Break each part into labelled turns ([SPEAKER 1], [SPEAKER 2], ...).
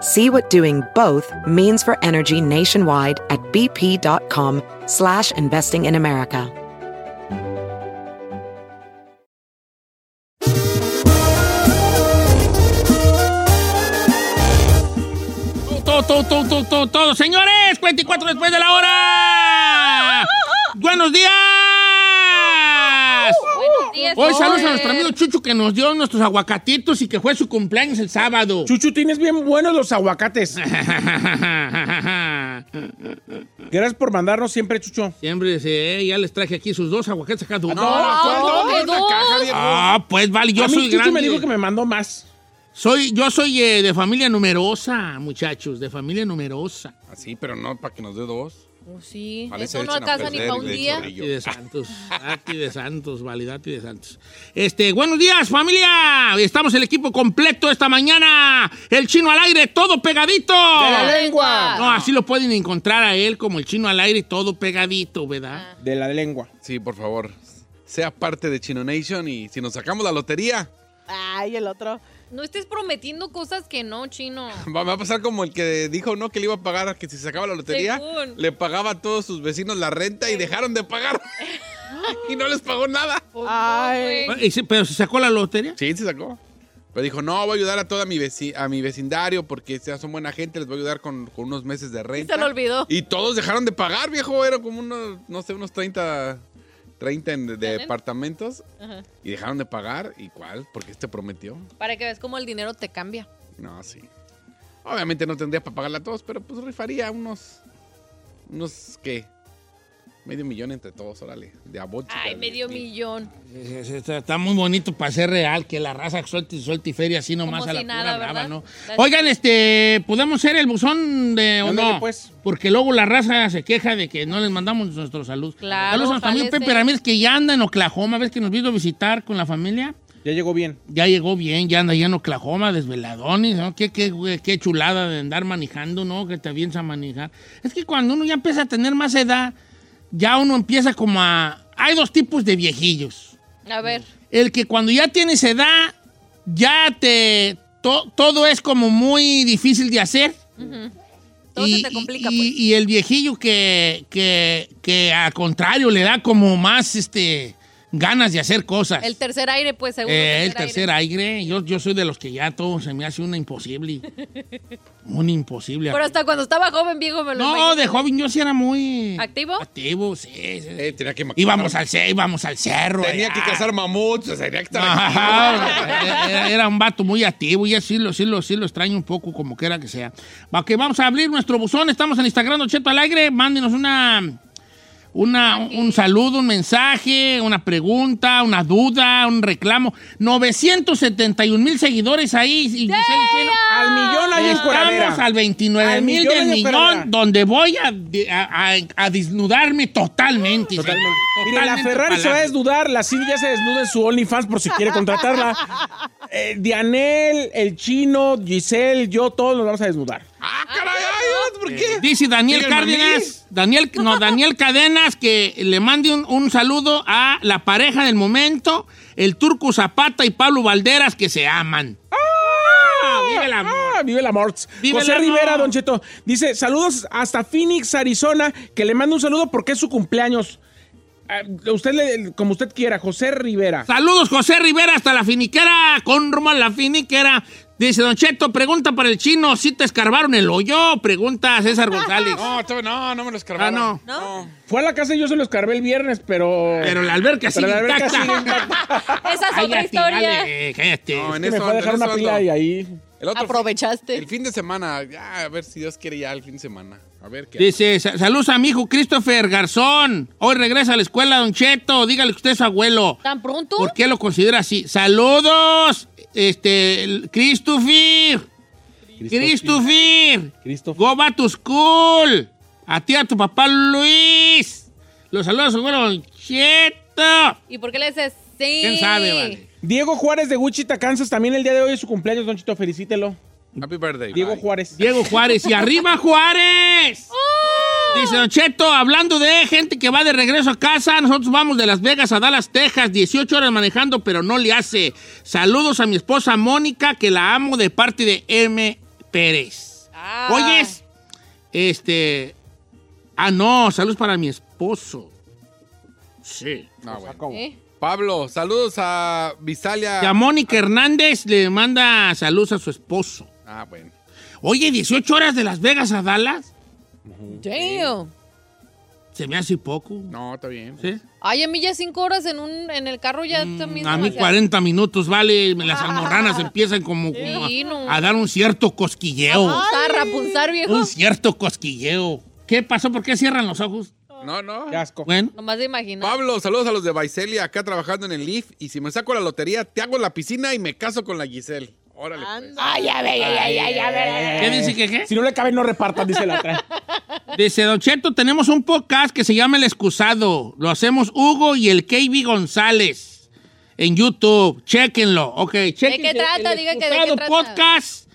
[SPEAKER 1] See what doing both means for energy nationwide at bp.com slash investing in America.
[SPEAKER 2] Todo, todo, todo, todo, todo, todo. Señores, 24 después de la hora. Buenos días.
[SPEAKER 3] Buenos días.
[SPEAKER 2] Hoy saludos a
[SPEAKER 3] Jorge.
[SPEAKER 2] nuestro amigo Chucho que nos dio nuestros aguacatitos y que fue su cumpleaños el sábado.
[SPEAKER 4] Chuchu, tienes bien buenos los aguacates. Gracias por mandarnos siempre, Chucho.
[SPEAKER 2] Siempre dice, eh, ya les traje aquí sus dos aguacates acá.
[SPEAKER 4] No, ¿cuál?
[SPEAKER 3] no,
[SPEAKER 4] Una caja, viejo.
[SPEAKER 2] Ah, pues vale, yo
[SPEAKER 4] a mí
[SPEAKER 2] soy
[SPEAKER 4] Chucho
[SPEAKER 2] grande.
[SPEAKER 4] me dijo que me mandó más.
[SPEAKER 2] Soy, yo soy eh, de familia numerosa, muchachos, de familia numerosa.
[SPEAKER 5] Así, Ah, pero no para que nos dé dos.
[SPEAKER 3] Oh, sí,
[SPEAKER 5] Vale, se
[SPEAKER 3] eso no
[SPEAKER 5] echan a
[SPEAKER 3] alcanza ni
[SPEAKER 5] perder
[SPEAKER 3] para un
[SPEAKER 5] el
[SPEAKER 3] día.
[SPEAKER 5] chorrillo.
[SPEAKER 2] Y de Santos, Dati de Santos, validati de Santos. Este, buenos días, familia. Estamos el equipo completo esta mañana. El chino al aire, todo pegadito.
[SPEAKER 4] la lengua.
[SPEAKER 2] No, así lo pueden encontrar a él como el chino al aire, todo pegadito, ¿verdad?
[SPEAKER 4] De la lengua.
[SPEAKER 5] Sí, por favor. Sea parte de Chino Nation y si nos sacamos la lotería,
[SPEAKER 6] Ay, el otro.
[SPEAKER 3] No estés prometiendo cosas que no, chino.
[SPEAKER 5] va, me va a pasar como el que dijo no que le iba a pagar, que si sacaba la lotería,
[SPEAKER 3] Según.
[SPEAKER 5] le pagaba a todos sus vecinos la renta y dejaron de pagar. y no les pagó nada.
[SPEAKER 6] Ay.
[SPEAKER 2] Ah, y sí, Pero se sacó la lotería.
[SPEAKER 5] Sí, se sacó. Pero dijo, no, voy a ayudar a toda mi, veci- a mi vecindario porque sea, son buena gente, les voy a ayudar con, con unos meses de renta.
[SPEAKER 3] Se lo olvidó.
[SPEAKER 5] Y todos dejaron de pagar, viejo. Era como unos, no sé, unos 30, 30 en- de departamentos.
[SPEAKER 3] Ajá.
[SPEAKER 5] Y dejaron de pagar. ¿Y cuál? Porque este prometió.
[SPEAKER 3] Para que veas cómo el dinero te cambia.
[SPEAKER 5] No, sí. Obviamente no tendría para pagarla a todos, pero pues rifaría unos. Unos, ¿qué? Medio millón entre todos, órale. De aboche.
[SPEAKER 3] Ay, medio millón.
[SPEAKER 2] Está, está muy bonito para ser real, que la raza suelte y suelte y feria así nomás
[SPEAKER 3] Como
[SPEAKER 2] a la
[SPEAKER 3] si
[SPEAKER 2] pura
[SPEAKER 3] nada,
[SPEAKER 2] brava,
[SPEAKER 3] ¿verdad?
[SPEAKER 2] ¿no?
[SPEAKER 3] Las-
[SPEAKER 2] Oigan, este, ¿podemos ser el buzón de o
[SPEAKER 4] Ándale,
[SPEAKER 2] no?
[SPEAKER 4] pues.
[SPEAKER 2] Porque luego la raza se queja de que no les mandamos nuestros saludos.
[SPEAKER 3] Claro,
[SPEAKER 2] Saludos a también
[SPEAKER 3] ojalá
[SPEAKER 2] Pepe
[SPEAKER 3] sea.
[SPEAKER 2] Ramírez, que ya anda en Oklahoma, ves que nos vino a visitar con la familia.
[SPEAKER 4] Ya llegó bien.
[SPEAKER 2] Ya llegó bien, ya anda ya en Oklahoma, desveladones, ¿no? Qué, qué, güey, qué chulada de andar manejando, ¿no? Que te avienza a manejar. Es que cuando uno ya empieza a tener más edad, ya uno empieza como a... Hay dos tipos de viejillos
[SPEAKER 3] A ver.
[SPEAKER 2] el que cuando ya tienes edad, ya te. to- todo es como muy difícil de hacer.
[SPEAKER 3] Todo se te complica,
[SPEAKER 2] y-
[SPEAKER 3] pues.
[SPEAKER 2] y el viejillo que, que, que al contrario le da como más este, ganas de hacer cosas.
[SPEAKER 3] El tercer aire, pues, seguro.
[SPEAKER 2] Eh, el tercer aire. Yo, yo soy de los que ya todo se me hace una imposible. un imposible.
[SPEAKER 3] Pero hasta cuando estaba joven, viejo, me lo
[SPEAKER 2] no,
[SPEAKER 3] imaginé.
[SPEAKER 2] de joven yo sí era muy.
[SPEAKER 3] ¿Activo?
[SPEAKER 2] Activo, sí. sí.
[SPEAKER 5] Eh, tenía que ma-
[SPEAKER 2] Íbamos al, ce- íbamos al cerro.
[SPEAKER 5] Tenía que
[SPEAKER 2] allá.
[SPEAKER 5] cazar mamuts. o sea, tenía que estar
[SPEAKER 2] Ajá, era, era un vato muy activo y así lo, sí lo, sí lo extraño un poco, como quiera que sea. Va, que vamos a abrir nuestro buzón, estamos en Instagram, Don Cheto Alegre, mándenos una, una, un saludo, un mensaje, una pregunta, una duda, un reclamo. 971 mil seguidores ahí, y Giselle y Chino.
[SPEAKER 4] Al millón hay en cueradera.
[SPEAKER 2] Estamos al 29
[SPEAKER 4] Al
[SPEAKER 2] mil
[SPEAKER 4] millón
[SPEAKER 2] del
[SPEAKER 4] en
[SPEAKER 2] millón,
[SPEAKER 4] cueradera.
[SPEAKER 2] donde voy a, a- a- a desnudarme totalmente.
[SPEAKER 4] Totalmente. Mire, la
[SPEAKER 2] Totalmente
[SPEAKER 4] Ferrari se va a
[SPEAKER 2] palabras.
[SPEAKER 4] desnudar. La Cindy ya se desnuda en su OnlyFans por si quiere contratarla. Eh, Dianel, el chino, Giselle, yo, todos nos vamos a desnudar.
[SPEAKER 5] ¡Ah, caray! ay, Dios, ¿Por qué?
[SPEAKER 2] Dice Daniel
[SPEAKER 5] Díganme a mí.
[SPEAKER 2] Cárdenas, Daniel, no, Daniel Cadenas, que le mande un, un saludo a la pareja del momento, el Turco Zapata y Pablo Valderas, que se aman. ¡Ah! ¡Vive el amor!
[SPEAKER 4] Ah, vive la Morts.
[SPEAKER 2] Vive
[SPEAKER 4] José
[SPEAKER 2] el amor.
[SPEAKER 4] Rivera, Don Cheto, dice, saludos hasta Phoenix, Arizona, que le mando un saludo porque es su cumpleaños. Ah, Usted, le- como usted quiera, José Rivera.
[SPEAKER 2] Saludos, José Rivera, hasta la finiquera, con Roma la finiquera. Dice Don Cheto, pregunta para el chino, si te escarbaron el hoyo? Pregunta César González.
[SPEAKER 5] No, tú- no, no me lo
[SPEAKER 2] Ah,
[SPEAKER 5] escarbaron.
[SPEAKER 2] no.
[SPEAKER 3] ¿No?
[SPEAKER 4] Fue a la casa y yo se lo escarbé el viernes, pero.
[SPEAKER 2] Pero la alberca sigue
[SPEAKER 4] Pero la alberca
[SPEAKER 2] intacta.
[SPEAKER 4] sigue
[SPEAKER 3] Esa es otra
[SPEAKER 2] Cállate,
[SPEAKER 3] historia.
[SPEAKER 2] dale, Eh, cállate.
[SPEAKER 5] No, en
[SPEAKER 4] que me
[SPEAKER 5] eso
[SPEAKER 4] fue a
[SPEAKER 5] ando,
[SPEAKER 4] dejar
[SPEAKER 5] en
[SPEAKER 4] una
[SPEAKER 5] eso
[SPEAKER 4] pila
[SPEAKER 5] ando.
[SPEAKER 4] y ahí.
[SPEAKER 5] El otro
[SPEAKER 3] Aprovechaste.
[SPEAKER 5] El fin de semana, ya, a ver si Dios quiere ya el fin de semana. A ver qué.
[SPEAKER 2] Dice, "Sa- saludos a mi hijo Christopher Garzón. Hoy regresa a la escuela, Don Cheto. Dígale que usted es su abuelo.
[SPEAKER 3] ¿Tan pronto?
[SPEAKER 2] ¿Por qué lo considera así? Saludos, este, el- Christopher. Christopher.
[SPEAKER 4] Christopher.
[SPEAKER 2] Go back to school. A ti, a tu papá Luis. Los saludos, abuelo Don Cheto.
[SPEAKER 3] ¿Y por qué le dices sí?
[SPEAKER 2] ¿Quién sabe, vale?
[SPEAKER 4] Diego Juárez de Wichita, Kansas, también el día de hoy es su cumpleaños, Don Chito, felicítelo.
[SPEAKER 5] Happy birthday.
[SPEAKER 4] Diego
[SPEAKER 5] bye.
[SPEAKER 4] Juárez.
[SPEAKER 2] Diego Juárez. Y arriba, Juárez. Dice Don Cheto, hablando de gente que va de regreso a casa, nosotros vamos de Las Vegas a Dallas, Texas, 18 horas manejando, pero no le hace. Saludos a mi esposa Mónica, que la amo de parte de M. Pérez.
[SPEAKER 3] Ah.
[SPEAKER 2] Oyes, este... Ah, no, saludos para mi esposo. Sí.
[SPEAKER 5] No, bueno.
[SPEAKER 3] ¿Eh?
[SPEAKER 5] Pablo, saludos a Visalia.
[SPEAKER 2] Y a Mónica Hernández le manda saludos a su esposo.
[SPEAKER 5] Ah, bueno.
[SPEAKER 2] Oye, 18 horas de Las Vegas a Dallas,
[SPEAKER 3] Damn.
[SPEAKER 2] se me hace poco.
[SPEAKER 5] No, está bien. pues.
[SPEAKER 2] ¿Sí?
[SPEAKER 3] Ay, a mí ya cinco horas en, un, en el carro ya también.
[SPEAKER 2] Mm, A
[SPEAKER 3] se
[SPEAKER 2] mí
[SPEAKER 3] me hace-
[SPEAKER 2] 40 minutos, vale. Las almorranas empiezan como, como
[SPEAKER 3] Ah. Sí, no.
[SPEAKER 2] a, a dar un cierto cosquilleo.
[SPEAKER 3] Punzar, rapunzar, viejo.
[SPEAKER 2] Un cierto cosquilleo. ¿Qué pasó? ¿Por qué cierran los ojos?
[SPEAKER 5] No, no.
[SPEAKER 4] Qué asco.
[SPEAKER 2] Bueno,
[SPEAKER 3] Nomás de imaginar.
[SPEAKER 5] Pablo, saludos a los de Visalia, acá trabajando en el Leaf. Y si me saco la lotería, te hago la piscina y me caso con la Giselle. Órale. pues.
[SPEAKER 6] Ay, a ver, ay, ay, a ver.
[SPEAKER 2] ¿qué dice que qué?
[SPEAKER 4] Eh, Si no le cabe, no repartan, dice la otra.
[SPEAKER 2] Dice Don Cheto, tenemos un podcast que se llama El Excusado. Lo hacemos Hugo y el KB González en YouTube. Chéquenlo. Ok, chequen.
[SPEAKER 3] qué trata?
[SPEAKER 2] El
[SPEAKER 3] Diga que de qué
[SPEAKER 2] Excusado
[SPEAKER 3] trata.
[SPEAKER 2] podcast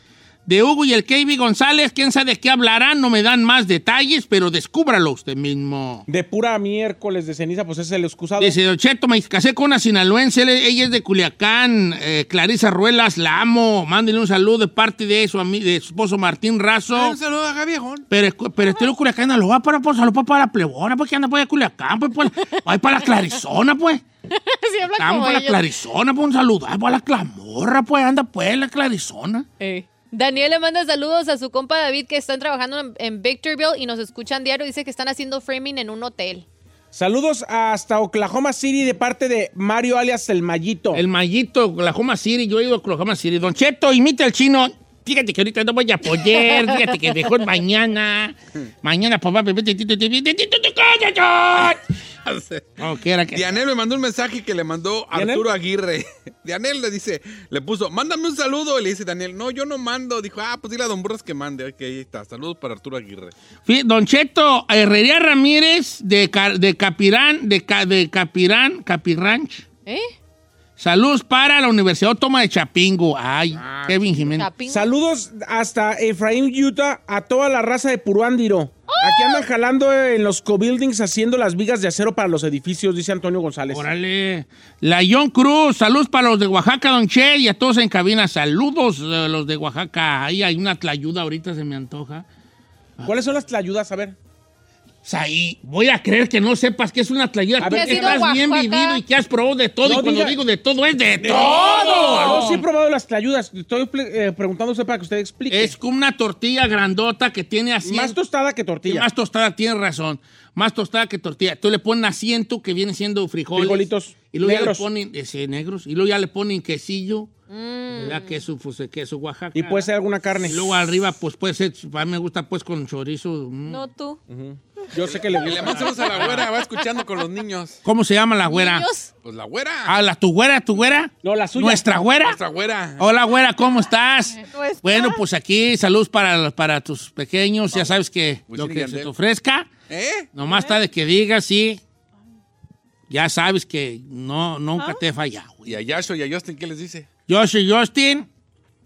[SPEAKER 2] de Hugo y el KB González. ¿Quién sabe de qué hablarán? No me dan más detalles, pero descúbralo usted mismo.
[SPEAKER 4] De pura miércoles de ceniza, pues ese es el excusado.
[SPEAKER 2] Dice Don Cheto, me casé con una sinaloense, él- ella es de Culiacán, eh, Clarisa Ruelas, la amo. Mándenle un saludo de parte de su, ami- de su esposo Martín
[SPEAKER 5] Ah,
[SPEAKER 2] Razo.
[SPEAKER 5] Un saludo a Gaviejón.
[SPEAKER 2] Pero, escu- pero este lo Culiacán no lo va para pues, saludo para la plebona, porque anda por allá a Culiacán, pues, pues va para la Clarizona, pues.
[SPEAKER 3] Sí, habla
[SPEAKER 2] Estamos
[SPEAKER 3] como
[SPEAKER 2] para la
[SPEAKER 3] ellos.
[SPEAKER 2] Clarizona, pues un saludo, para la Clamorra, pues anda pues la Clarizona.
[SPEAKER 3] Eh. Daniel le manda saludos a su compa David que están trabajando en, en Victorville y nos escuchan diario. Dice que están haciendo framing en un hotel.
[SPEAKER 4] Saludos hasta Oklahoma City de parte de Mario alias El Mallito.
[SPEAKER 2] El Mayito, Oklahoma City, yo he ido a Oklahoma City. Don Cheto, imita al chino. Fíjate que ahorita no voy a apoyar, fíjate que mejor mañana. Mañana, papá, me mete tito, tito, tito, tito, tito, cállate. No, que era que...
[SPEAKER 5] Dianel me mandó un mensaje que le mandó
[SPEAKER 4] ¿Dianel?
[SPEAKER 5] Arturo Aguirre. Dianel le dice, le puso, mándame un saludo. Y le dice Daniel, no, yo no mando. Dijo, ah, pues dile a Don Burras que mande. Ok, ahí está. Saludos para Arturo Aguirre.
[SPEAKER 2] Fí- Don Cheto, Herrería Ramírez de, Ca- de Capirán, de, Ca- de Capirán, Capirranch.
[SPEAKER 3] ¿Eh?
[SPEAKER 2] Saludos para la Universidad Autónoma de Chapingo. Ay,
[SPEAKER 4] Ah,
[SPEAKER 2] Kevin Jiménez.
[SPEAKER 3] Chapín.
[SPEAKER 4] Saludos hasta Efraín, Utah, a toda la raza de Puruándiro. Aquí andan jalando en los co-buildings haciendo las vigas de acero para los edificios, dice Antonio González.
[SPEAKER 2] Órale. La John Cruz, saludos para los de Oaxaca, Don Che, y a todos en cabina. Saludos eh, los de Oaxaca. Ahí hay una tlayuda ahorita, se me antoja.
[SPEAKER 4] ¿Cuáles son las ayudas? A ver.
[SPEAKER 2] Saí, voy a creer que no sepas que es una tlayuda.
[SPEAKER 4] A
[SPEAKER 2] Tú
[SPEAKER 4] ver,
[SPEAKER 2] que
[SPEAKER 4] ¿qué ha
[SPEAKER 2] estás
[SPEAKER 3] sido
[SPEAKER 2] bien
[SPEAKER 3] Oaxaca?
[SPEAKER 2] vivido y que has probado de todo.
[SPEAKER 4] No
[SPEAKER 2] y cuando
[SPEAKER 4] diga-
[SPEAKER 2] digo de todo, es de
[SPEAKER 4] Ah, No,
[SPEAKER 2] todo.
[SPEAKER 4] sí he probado las tlayudas. Estoy eh, preguntándose para que usted explique.
[SPEAKER 2] Es como una tortilla grandota que tiene asiento.
[SPEAKER 4] más tostada que
[SPEAKER 2] que
[SPEAKER 4] tortilla.
[SPEAKER 2] más tostada, tienes razón. Más tostada que tortilla. Tú le pones asiento que viene siendo frijoles.
[SPEAKER 4] Frijolitos
[SPEAKER 2] Y luego
[SPEAKER 4] negros.
[SPEAKER 2] ya le ponen, ese, negros. Y luego ya le ponen quesillo.
[SPEAKER 3] Mm.
[SPEAKER 2] ¿Verdad? Queso, pues, queso Oaxaca.
[SPEAKER 4] Y puede ser alguna carne.
[SPEAKER 2] Y luego arriba, pues puede ser, a mí me gusta pues con chorizo. mm.
[SPEAKER 3] No tú.
[SPEAKER 4] Yo sé que le
[SPEAKER 5] Y le
[SPEAKER 4] gusta.
[SPEAKER 5] mando saludos a la güera, va escuchando con los niños.
[SPEAKER 2] ¿Cómo se llama la güera?
[SPEAKER 3] Niños.
[SPEAKER 5] Pues la güera.
[SPEAKER 2] Ah, la tu güera, tu güera.
[SPEAKER 4] No, la suya.
[SPEAKER 2] ¿Nuestra güera?
[SPEAKER 5] Nuestra güera.
[SPEAKER 2] Hola, güera, ¿cómo estás?
[SPEAKER 6] ¿Nuestra?
[SPEAKER 2] Bueno, pues aquí, saludos para, para tus pequeños. Ya sabes que
[SPEAKER 5] Wisin
[SPEAKER 2] lo
[SPEAKER 5] y
[SPEAKER 2] que se
[SPEAKER 5] Yandel.
[SPEAKER 2] te ofrezca.
[SPEAKER 5] ¿Eh?
[SPEAKER 2] Nomás está de que digas, sí. Ya sabes que no, nunca te he fallado.
[SPEAKER 5] Y a Yasho y a Justin, ¿qué les dice?
[SPEAKER 2] Yo soy Justin.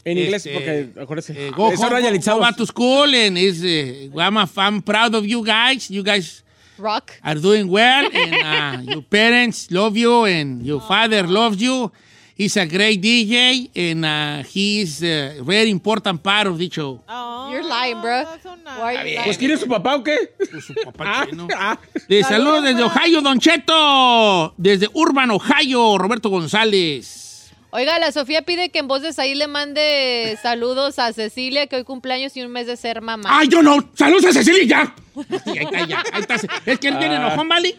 [SPEAKER 4] En inglés,
[SPEAKER 2] Este,
[SPEAKER 4] porque mejor es.
[SPEAKER 2] eh, go,
[SPEAKER 4] es
[SPEAKER 2] home,
[SPEAKER 4] Ryan
[SPEAKER 2] go-
[SPEAKER 4] Elizados.
[SPEAKER 2] go back to school and is, eh, I'm, a- I'm proud of you guys. You guys
[SPEAKER 3] Rock.
[SPEAKER 2] are doing well and uh, your parents love you and your father loves you. He's a great DJ and uh, he's a very important part of the show.
[SPEAKER 7] Oh,
[SPEAKER 3] You're lying, bro.
[SPEAKER 7] that's so nice.
[SPEAKER 3] Why are you
[SPEAKER 4] Pues
[SPEAKER 3] lying?
[SPEAKER 4] ¿quién es su papá o qué?
[SPEAKER 2] Pues su papá chino.
[SPEAKER 4] Ah, ah.
[SPEAKER 2] Le saludo desde Ohio, Don Cheto. Desde Urban, Ohio, Roberto González.
[SPEAKER 3] Oiga, la Sofía pide que en voz de ahí le mande saludos a Cecilia, que hoy cumpleaños y un mes de ser mamá.
[SPEAKER 2] ¡Ay, yo no! ¡Saludos a Cecilia ya! Ahí está, ya. Ahí está. Es que él tiene
[SPEAKER 4] Ah.
[SPEAKER 2] enojón, ¿vale?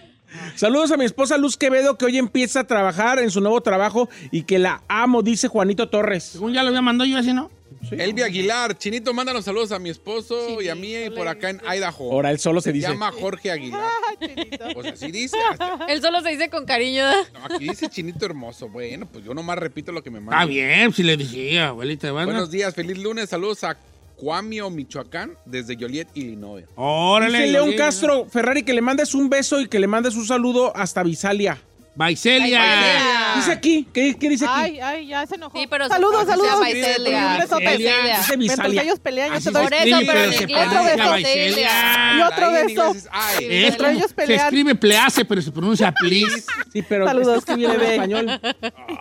[SPEAKER 4] Saludos a mi esposa Luz Quevedo, que hoy empieza a trabajar en su nuevo trabajo y que la amo, dice Juanito Torres.
[SPEAKER 2] Según ya lo había mandado yo así, ¿no?
[SPEAKER 5] Elvia Aguilar, Chinito, mándanos saludos a mi esposo y a mí y por acá en Idaho.
[SPEAKER 4] Ahora él solo se
[SPEAKER 5] se
[SPEAKER 4] dice.
[SPEAKER 5] llama Jorge Aguilar.
[SPEAKER 7] Chinito.
[SPEAKER 5] Pues así dice. hasta-
[SPEAKER 3] Él solo se dice con cariño. ¿eh?
[SPEAKER 5] no, aquí dice Chinito Hermoso. Bueno, pues yo nomás repito lo que me manda.
[SPEAKER 2] Está bien, si le decía, abuelita. Bueno,
[SPEAKER 5] Buenos días, feliz lunes. Saludos a Cuamio, Michoacán, desde Joliet, Illinois.
[SPEAKER 2] Oh. órale.
[SPEAKER 4] Dice León
[SPEAKER 2] oye.
[SPEAKER 4] Castro Ferrari que le mandes un beso y que le mandes un saludo hasta Visalia.
[SPEAKER 2] Vaiselia.
[SPEAKER 4] Dice aquí, ¿qué, qué dice aquí?
[SPEAKER 7] Ay, ay, ya se enojó.
[SPEAKER 3] Sí, pero
[SPEAKER 7] saludos,
[SPEAKER 3] se- se llama
[SPEAKER 7] saludos.
[SPEAKER 3] Vaiselia.
[SPEAKER 7] Un besote.
[SPEAKER 2] Vaiselia.
[SPEAKER 4] Dice
[SPEAKER 7] Mientras
[SPEAKER 4] Visalia.
[SPEAKER 7] ellos pelean, yo
[SPEAKER 2] Así
[SPEAKER 7] te
[SPEAKER 2] se
[SPEAKER 7] doy.
[SPEAKER 3] Por eso,
[SPEAKER 2] escribe, pero
[SPEAKER 3] pero en
[SPEAKER 2] se
[SPEAKER 3] inglés
[SPEAKER 7] parece
[SPEAKER 2] pronuncia
[SPEAKER 7] a
[SPEAKER 2] Vaiselia.
[SPEAKER 7] Y otro
[SPEAKER 5] Ahí en
[SPEAKER 7] beso.
[SPEAKER 5] inglés es- ay,
[SPEAKER 3] Sí.
[SPEAKER 2] Es
[SPEAKER 7] Entre
[SPEAKER 2] como-
[SPEAKER 7] ellos
[SPEAKER 2] se
[SPEAKER 7] pelean.
[SPEAKER 2] escribe please, pero se pronuncia please.
[SPEAKER 4] Sí, pero
[SPEAKER 7] Saludos.
[SPEAKER 4] está escribiendo en español.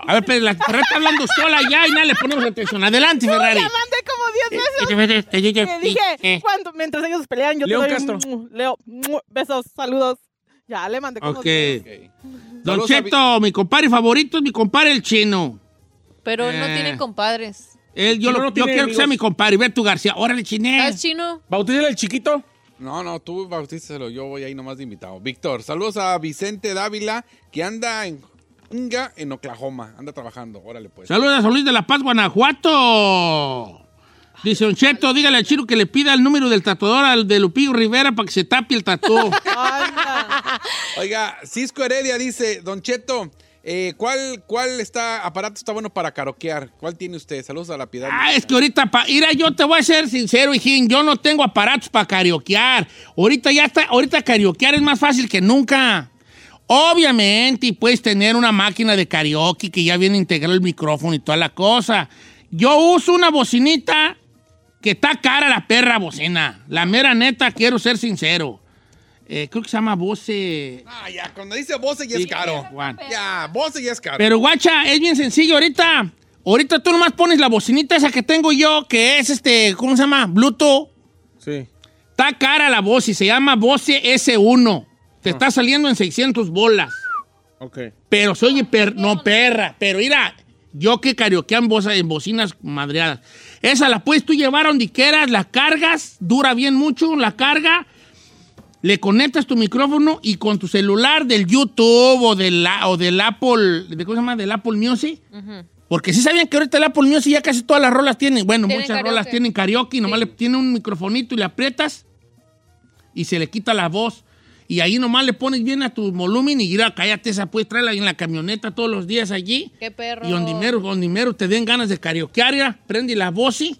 [SPEAKER 2] A ver, pero la Ferrari está hablando sola ya y nada, le ponemos atención. Adelante, Ferrari. Este,
[SPEAKER 7] Ya mandé como 10 veces. Te
[SPEAKER 2] Eh,
[SPEAKER 7] dije, cuando, mientras ellos pelean, yo
[SPEAKER 4] León
[SPEAKER 7] te doy
[SPEAKER 4] Castro.
[SPEAKER 7] un- Leo, besos, saludos. Ya le mandé como
[SPEAKER 2] Ok.
[SPEAKER 7] 10.
[SPEAKER 5] ok.
[SPEAKER 2] Don
[SPEAKER 5] Saludos a Vi-
[SPEAKER 2] Cheto, mi compadre favorito es mi compadre el chino.
[SPEAKER 3] Pero no
[SPEAKER 2] Eh.
[SPEAKER 3] tienen compadres.
[SPEAKER 2] Él,
[SPEAKER 4] Chino
[SPEAKER 2] yo, lo-
[SPEAKER 4] no
[SPEAKER 2] yo
[SPEAKER 4] tiene
[SPEAKER 2] quiero que sea
[SPEAKER 4] amigos.
[SPEAKER 2] mi compadre, Bertu García. Órale, chiné.
[SPEAKER 3] ¿Estás chino?
[SPEAKER 4] Bautízale al chiquito.
[SPEAKER 5] No, no, tú bautízalo, yo voy ahí nomás de invitado. Víctor, saludos a Vicente Dávila, que anda en Inga, en Oklahoma. Anda trabajando, órale pues.
[SPEAKER 2] Saludos a San Luis de la Paz, Guanajuato. Dice Don Cheto, dígale al chino que le pida el número del tatuador al de Lupillo Rivera para que se tape el tatu.
[SPEAKER 7] Anda.
[SPEAKER 5] Oiga, Cisco Heredia dice, Don Cheto, eh, ¿cuál, ¿cuál está, aparato está bueno para karaokear? ¿Cuál tiene usted? Saludos a la piedad.
[SPEAKER 2] Ah, es que ahorita, pa- mira, yo te voy a ser sincero, hijín, yo no tengo aparatos para karaokear. Ahorita ya está, ahorita karaokear es más fácil que nunca. Obviamente, y puedes tener una máquina de karaoke que ya viene integrado el micrófono y toda la cosa. Yo uso una bocinita que está cara la perra bocina. La mera neta, quiero ser sincero. Eh, creo que se llama Voce...
[SPEAKER 5] Ah, ya, cuando dice voce ya es
[SPEAKER 2] Sí,
[SPEAKER 5] caro.
[SPEAKER 2] Juan.
[SPEAKER 5] Ya, voce ya es caro.
[SPEAKER 2] Pero guacha, es bien sencillo ahorita. Ahorita tú nomás pones la bocinita esa que tengo yo, que es este, ¿cómo se llama? Bluetooth.
[SPEAKER 4] Sí.
[SPEAKER 2] Está cara la Bose, se llama Bose S1. Te está saliendo en 600 bolas.
[SPEAKER 4] Ok.
[SPEAKER 2] Pero se oye, per- no perra. Pero mira, yo que carioquean en bocinas madreadas. Esa la puedes tú llevar a donde quieras, la cargas, dura bien mucho la carga. Le conectas tu micrófono y con tu celular del YouTube o del, a- o del Apple, ¿de ¿cómo se llama? Del Apple Music. Porque sí sabían que ahorita el Apple Music ya casi todas las rolas tienen, bueno,
[SPEAKER 3] Tienen
[SPEAKER 2] muchas
[SPEAKER 3] karaoke.
[SPEAKER 2] rolas tienen karaoke, nomás le tiene un microfonito y le aprietas y se le quita la voz. Y ahí nomás le pones bien a tu volumen y mira, cállate esa, puedes traerla en la camioneta todos los días allí.
[SPEAKER 3] Qué perro.
[SPEAKER 2] Y ondimero, ondimero, te den ganas de karaokear, mira, prende la y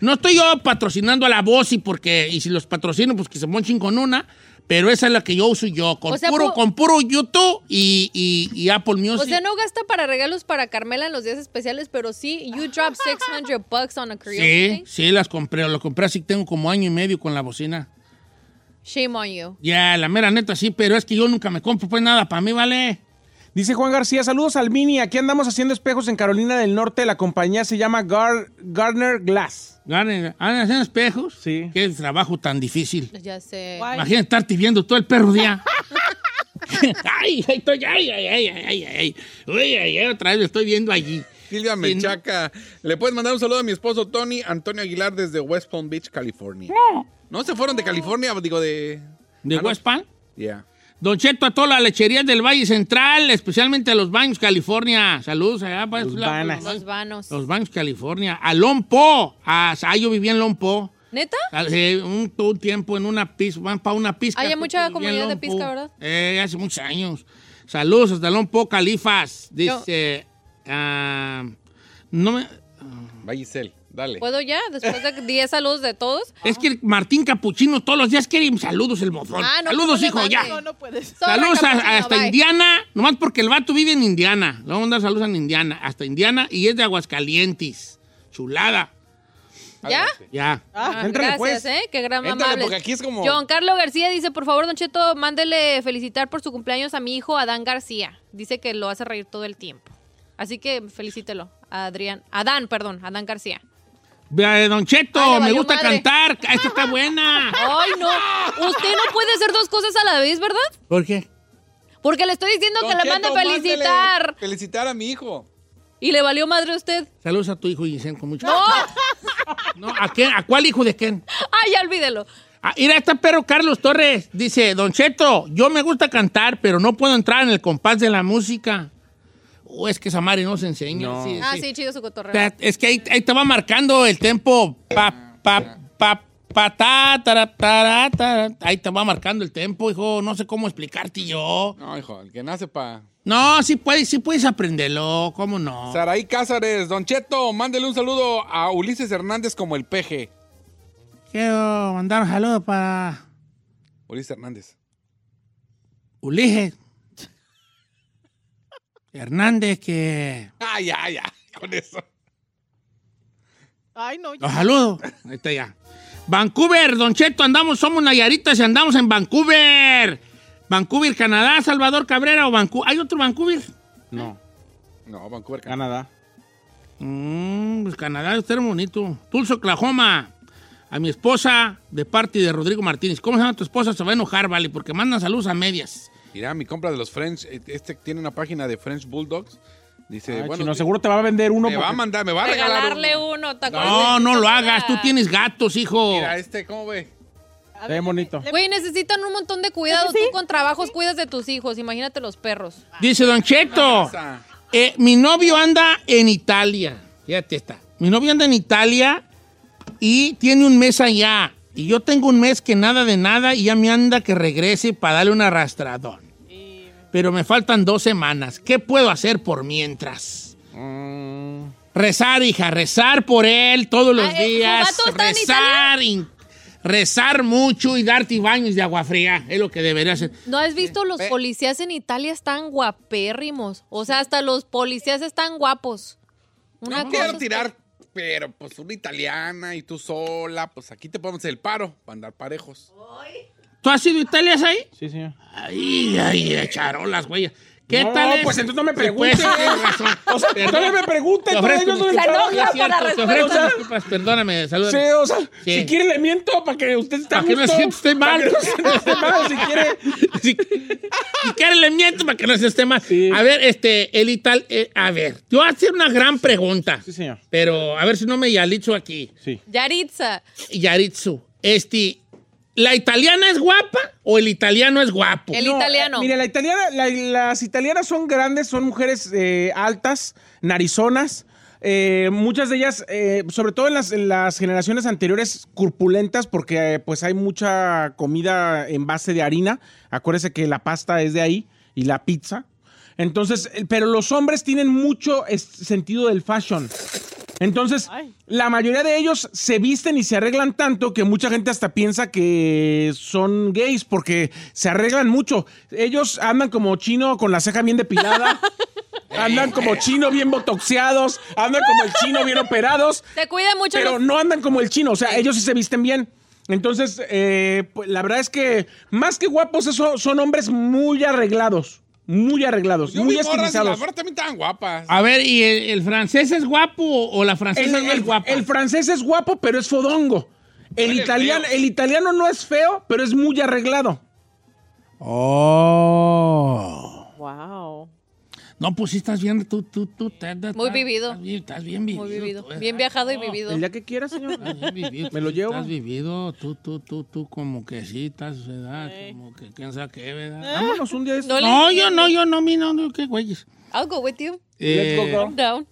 [SPEAKER 2] No estoy yo patrocinando a la y porque, y si los patrocino, pues que se monchen con una, pero esa es la que yo uso yo, con,
[SPEAKER 3] O sea,
[SPEAKER 2] puro,
[SPEAKER 3] pu-
[SPEAKER 2] con puro YouTube y, y- y Apple Music.
[SPEAKER 3] O sea, no gasta para regalos para Carmela en los días especiales, pero sí, you drop 600 bucks on a
[SPEAKER 2] Sí,
[SPEAKER 3] Korean thing.
[SPEAKER 2] sí, las compré, lo compré así, tengo como año y medio con la bocina.
[SPEAKER 3] Shame on you.
[SPEAKER 2] Ya, la mera neta sí, pero es que yo nunca me compro pues nada para mí, ¿vale?
[SPEAKER 4] Dice Juan García, saludos al Mini. Aquí andamos haciendo espejos en Carolina del Norte. La compañía se llama Gar- Gardner Glass.
[SPEAKER 2] Ganen, ganen hacer espejos.
[SPEAKER 4] Sí.
[SPEAKER 2] Qué trabajo tan difícil.
[SPEAKER 3] Ya sé.
[SPEAKER 7] Guay.
[SPEAKER 2] Imagínate estarte viendo todo el perro día. ay, ay, estoy, ay, ay, ay, ay, ay, ay. Uy, ay, ay, otra vez me estoy viendo allí.
[SPEAKER 5] Silvia Menchaca, le puedes mandar un saludo a mi esposo Tony Antonio Aguilar desde West Palm Beach, California. No se fueron de California, digo de.
[SPEAKER 2] ¿De
[SPEAKER 5] Ah, no.
[SPEAKER 2] West Palm?
[SPEAKER 5] Ya.
[SPEAKER 2] Don Cheto a todas las lecherías del Valle Central, especialmente a los Baños, California. Saludos allá para
[SPEAKER 4] Los
[SPEAKER 2] esos lados,
[SPEAKER 4] Banas.
[SPEAKER 2] los
[SPEAKER 3] Los vanos.
[SPEAKER 2] Los Baños, California. A Lompo. A, ah, yo vivía en Lompo.
[SPEAKER 3] ¿Neta?
[SPEAKER 2] Hace un, todo un tiempo en una pizca, van para una pizca.
[SPEAKER 3] Hay mucha
[SPEAKER 2] Yo vivía
[SPEAKER 3] comunidad de
[SPEAKER 2] en Lompoc.
[SPEAKER 3] pizca, ¿verdad?
[SPEAKER 2] Eh, hace muchos años. Saludos hasta Lompo, Califas. Dice, ah, no me- ah.
[SPEAKER 5] Va Giselle, dale.
[SPEAKER 3] ¿Puedo ya? Después de 10 saludos de todos.
[SPEAKER 2] es que el Martín Capuchino todos los días quiere saludos el mofón.
[SPEAKER 3] Ah, no,
[SPEAKER 2] saludos,
[SPEAKER 3] no le
[SPEAKER 2] hijo,
[SPEAKER 3] mande.
[SPEAKER 2] ya.
[SPEAKER 7] No, no puedes.
[SPEAKER 3] Sorry,
[SPEAKER 2] Saludos a-
[SPEAKER 3] Capuchino,
[SPEAKER 2] hasta
[SPEAKER 3] bye.
[SPEAKER 2] Indiana, nomás porque el vato vive en Indiana. Le vamos a mandar saludos en Indiana, hasta Indiana, y es de Aguascalientes. Chulada.
[SPEAKER 3] ¿Ya?
[SPEAKER 2] Ya.
[SPEAKER 3] Ah,
[SPEAKER 4] Éntrale,
[SPEAKER 3] gracias,
[SPEAKER 4] pues.
[SPEAKER 3] ¿eh? Qué gran
[SPEAKER 5] Éntrale,
[SPEAKER 3] amable.
[SPEAKER 5] porque aquí es como-
[SPEAKER 3] John Carlos García dice, por favor, Don Cheto, mándele felicitar por su cumpleaños a mi hijo Adán García. Dice que lo hace reír todo el tiempo. Así que felicítelo a Adrián. Adán, perdón, Adán García.
[SPEAKER 2] Vea, eh, Don Cheto,
[SPEAKER 3] Ay, le
[SPEAKER 2] me
[SPEAKER 3] valió
[SPEAKER 2] gusta
[SPEAKER 3] madre.
[SPEAKER 2] cantar. Esta está buena.
[SPEAKER 3] Ay, no. Usted no puede hacer dos cosas a la vez, ¿verdad?
[SPEAKER 2] ¿Por qué?
[SPEAKER 3] Porque le estoy diciendo que la mande felicitar.
[SPEAKER 8] Felicitar a mi hijo.
[SPEAKER 3] Y le valió madre a usted.
[SPEAKER 2] Saludos a tu hijo Giselle con mucho
[SPEAKER 3] ¡No!
[SPEAKER 2] No, ¿a, quién? ¿A cuál hijo de quién?
[SPEAKER 3] Ay, ya olvídelo.
[SPEAKER 2] Ah, mira, este perro Carlos Torres dice, Don Cheto, yo me gusta cantar, pero no puedo entrar en el compás de la música. O es que Samari no se enseña. Sí,
[SPEAKER 3] Ah,
[SPEAKER 2] sí.
[SPEAKER 3] sí, chido su cotorreo.
[SPEAKER 2] Ta- Es que ahí, ahí te va marcando el tempo. Pa, pa, pa, pa, ta, tara, tara, tara. Ahí te va marcando el tempo, hijo. No sé cómo explicarte yo.
[SPEAKER 5] No, hijo, el que nace para.
[SPEAKER 2] No, sí puedes, sí puedes aprenderlo. ¿Cómo no?
[SPEAKER 8] Saraí Cázares, Don Cheto, mándele un saludo a Ulises Hernández como el peje.
[SPEAKER 2] Quiero mandar un saludo para
[SPEAKER 8] Ulises Hernández.
[SPEAKER 2] Ulises Hernández que...
[SPEAKER 8] Ah, ya, ya, con eso.
[SPEAKER 7] Ay, no.
[SPEAKER 2] Los saludo. Ahí está ya. Vancouver, Don Cheto, andamos, somos Nayaritas y andamos en Vancouver. Vancouver, Canadá, Salvador Cabrera o Vancouver. ¿Hay otro Vancouver?
[SPEAKER 4] No,
[SPEAKER 5] No, Vancouver. Canadá.
[SPEAKER 4] Canadá.
[SPEAKER 2] Mm, pues Canadá está muy bonito. Tulsa, Oklahoma. A mi esposa de parte de Rodrigo Martínez. ¿Cómo se llama tu esposa? Se va a enojar, vale, porque mandan saludos a medias.
[SPEAKER 5] Mira, mi compra de los French. eh, Este tiene una página de French Bulldogs. Dice,
[SPEAKER 4] Ay,
[SPEAKER 5] bueno.
[SPEAKER 4] chino,
[SPEAKER 5] te-
[SPEAKER 4] seguro te va a vender uno.
[SPEAKER 5] me va a
[SPEAKER 4] porque-
[SPEAKER 5] mandar, me va a regalar.
[SPEAKER 3] Regalarle
[SPEAKER 5] uno.
[SPEAKER 3] uno. ¿te acuerdas?
[SPEAKER 2] No, no lo hagas. Tú tienes gatos, hijo.
[SPEAKER 5] Mira, este, ¿cómo ve?
[SPEAKER 4] Se ve bonito.
[SPEAKER 3] Güey, necesitan un montón de cuidado. Tú con trabajos cuidas de tus hijos. Imagínate los perros.
[SPEAKER 2] Dice Don Cheto.
[SPEAKER 5] Pasa.
[SPEAKER 2] eh, mi novio anda en Italia. Fíjate esta. Mi novio anda en Italia y tiene un mes allá. Y yo tengo un mes que nada de nada y ya me anda que regrese para darle un arrastradón. Pero me faltan dos semanas. ¿Qué puedo hacer por mientras? Rezar, hija, rezar por él todos los
[SPEAKER 3] Ah, eh, ¿su
[SPEAKER 2] días.
[SPEAKER 3] vato está en
[SPEAKER 2] Rezar, in- rezar mucho y darte baños de agua fría. Es lo que debería hacer.
[SPEAKER 3] ¿No has visto los policías en Italia están guapérrimos? O sea, hasta los policías están guapos. Una
[SPEAKER 5] No
[SPEAKER 3] cosa
[SPEAKER 5] quiero
[SPEAKER 3] es-
[SPEAKER 5] tirar, pero pues una italiana y tú sola, pues aquí te podemos hacer el paro para andar parejos.
[SPEAKER 2] ¿Tú has ido a Italia, ahí?
[SPEAKER 4] Sí, señor.
[SPEAKER 2] Ay, ay, charolas, güey. ¿Qué
[SPEAKER 4] No,
[SPEAKER 2] tal? es?
[SPEAKER 4] pues entonces no me
[SPEAKER 2] Sí, pues,
[SPEAKER 4] preguntes.
[SPEAKER 2] tienes razón.
[SPEAKER 4] O sea,
[SPEAKER 2] Perdón.
[SPEAKER 4] todavía me pregunta
[SPEAKER 2] Te
[SPEAKER 4] y
[SPEAKER 2] ofrezco
[SPEAKER 4] todavía no
[SPEAKER 2] disculpas.
[SPEAKER 4] soy el
[SPEAKER 2] Lo siento, te ofrezco disculpas. Perdóname,
[SPEAKER 4] Sí,
[SPEAKER 2] salúdame.
[SPEAKER 4] o sea,
[SPEAKER 2] Sí.
[SPEAKER 4] si quiere le miento para que usted esté a
[SPEAKER 2] Para que no
[SPEAKER 4] gusto.
[SPEAKER 2] se sienta usted mal.
[SPEAKER 4] Para que no se sienta usted mal, si quiere.
[SPEAKER 2] Si, si quiere le miento para que no se esté mal.
[SPEAKER 4] Sí.
[SPEAKER 2] A ver, este, el Ital, eh, a ver, te voy a hacer una gran pregunta.
[SPEAKER 4] Sí, señor.
[SPEAKER 2] Pero a ver si no me yalitzo aquí.
[SPEAKER 4] Sí.
[SPEAKER 3] Yaritza.
[SPEAKER 2] Yaritzu, este, ¿la italiana es guapa o el italiano es guapo?
[SPEAKER 3] El
[SPEAKER 4] No,
[SPEAKER 3] italiano.
[SPEAKER 4] eh, mira, la italiana, la- las italianas son grandes, son mujeres eh, altas, narizonas. eh, muchas de ellas, eh, sobre todo en las, en las generaciones anteriores, corpulentas, porque eh, pues hay mucha comida en base de harina. Acuérdese que la pasta es de ahí y la pizza. Entonces, eh, pero los hombres tienen mucho es- sentido del fashion. Entonces,
[SPEAKER 7] Ay.
[SPEAKER 4] la mayoría de ellos se visten y se arreglan tanto que mucha gente hasta piensa que son gays porque se arreglan mucho. Ellos andan como chino con la ceja bien depilada. Andan como chino bien botoxeados, andan como el chino bien operados,
[SPEAKER 3] Se cuida mucho.
[SPEAKER 4] pero
[SPEAKER 3] los-
[SPEAKER 4] no andan como el chino, o sea, ellos sí se visten bien. Entonces, eh, pues, la verdad es que más que guapos, eso, son hombres muy arreglados, muy arreglados,
[SPEAKER 5] Yo
[SPEAKER 4] muy
[SPEAKER 5] vi morras y la
[SPEAKER 4] estilizados.
[SPEAKER 5] verdad también estaban guapas.
[SPEAKER 2] A ver, ¿y el, el francés es guapo o la
[SPEAKER 4] El,
[SPEAKER 2] francesa no
[SPEAKER 4] el-
[SPEAKER 2] es guapa?
[SPEAKER 4] el francés es guapo, pero es fodongo. El italiano, el italiano no es feo, pero es muy arreglado.
[SPEAKER 2] oh.
[SPEAKER 7] Wow.
[SPEAKER 2] No, pues sí estás bien, tú, tú, tú. te- te-
[SPEAKER 3] Muy
[SPEAKER 2] estás-
[SPEAKER 3] vivido.
[SPEAKER 2] Estás bien, estás bien vivido.
[SPEAKER 3] Muy vivido.
[SPEAKER 2] tú,
[SPEAKER 3] Bien
[SPEAKER 2] exacto.
[SPEAKER 3] viajado y vivido.
[SPEAKER 4] El día que quiera, señor.
[SPEAKER 2] Estás bien vivido,
[SPEAKER 4] Me lo
[SPEAKER 2] sí,
[SPEAKER 4] llevo.
[SPEAKER 2] Estás vivido, tú, tú, tú, tú, como que sí, estás, ¿verdad? Como que quién sabe qué, ¿verdad?
[SPEAKER 4] Vámonos un día de estos.
[SPEAKER 3] Eh, No le-
[SPEAKER 2] No, yo no, yo no, mi no, no, qué güeyes.
[SPEAKER 3] I'll go with you.
[SPEAKER 2] Eh,
[SPEAKER 4] Let's go,
[SPEAKER 3] Calm down.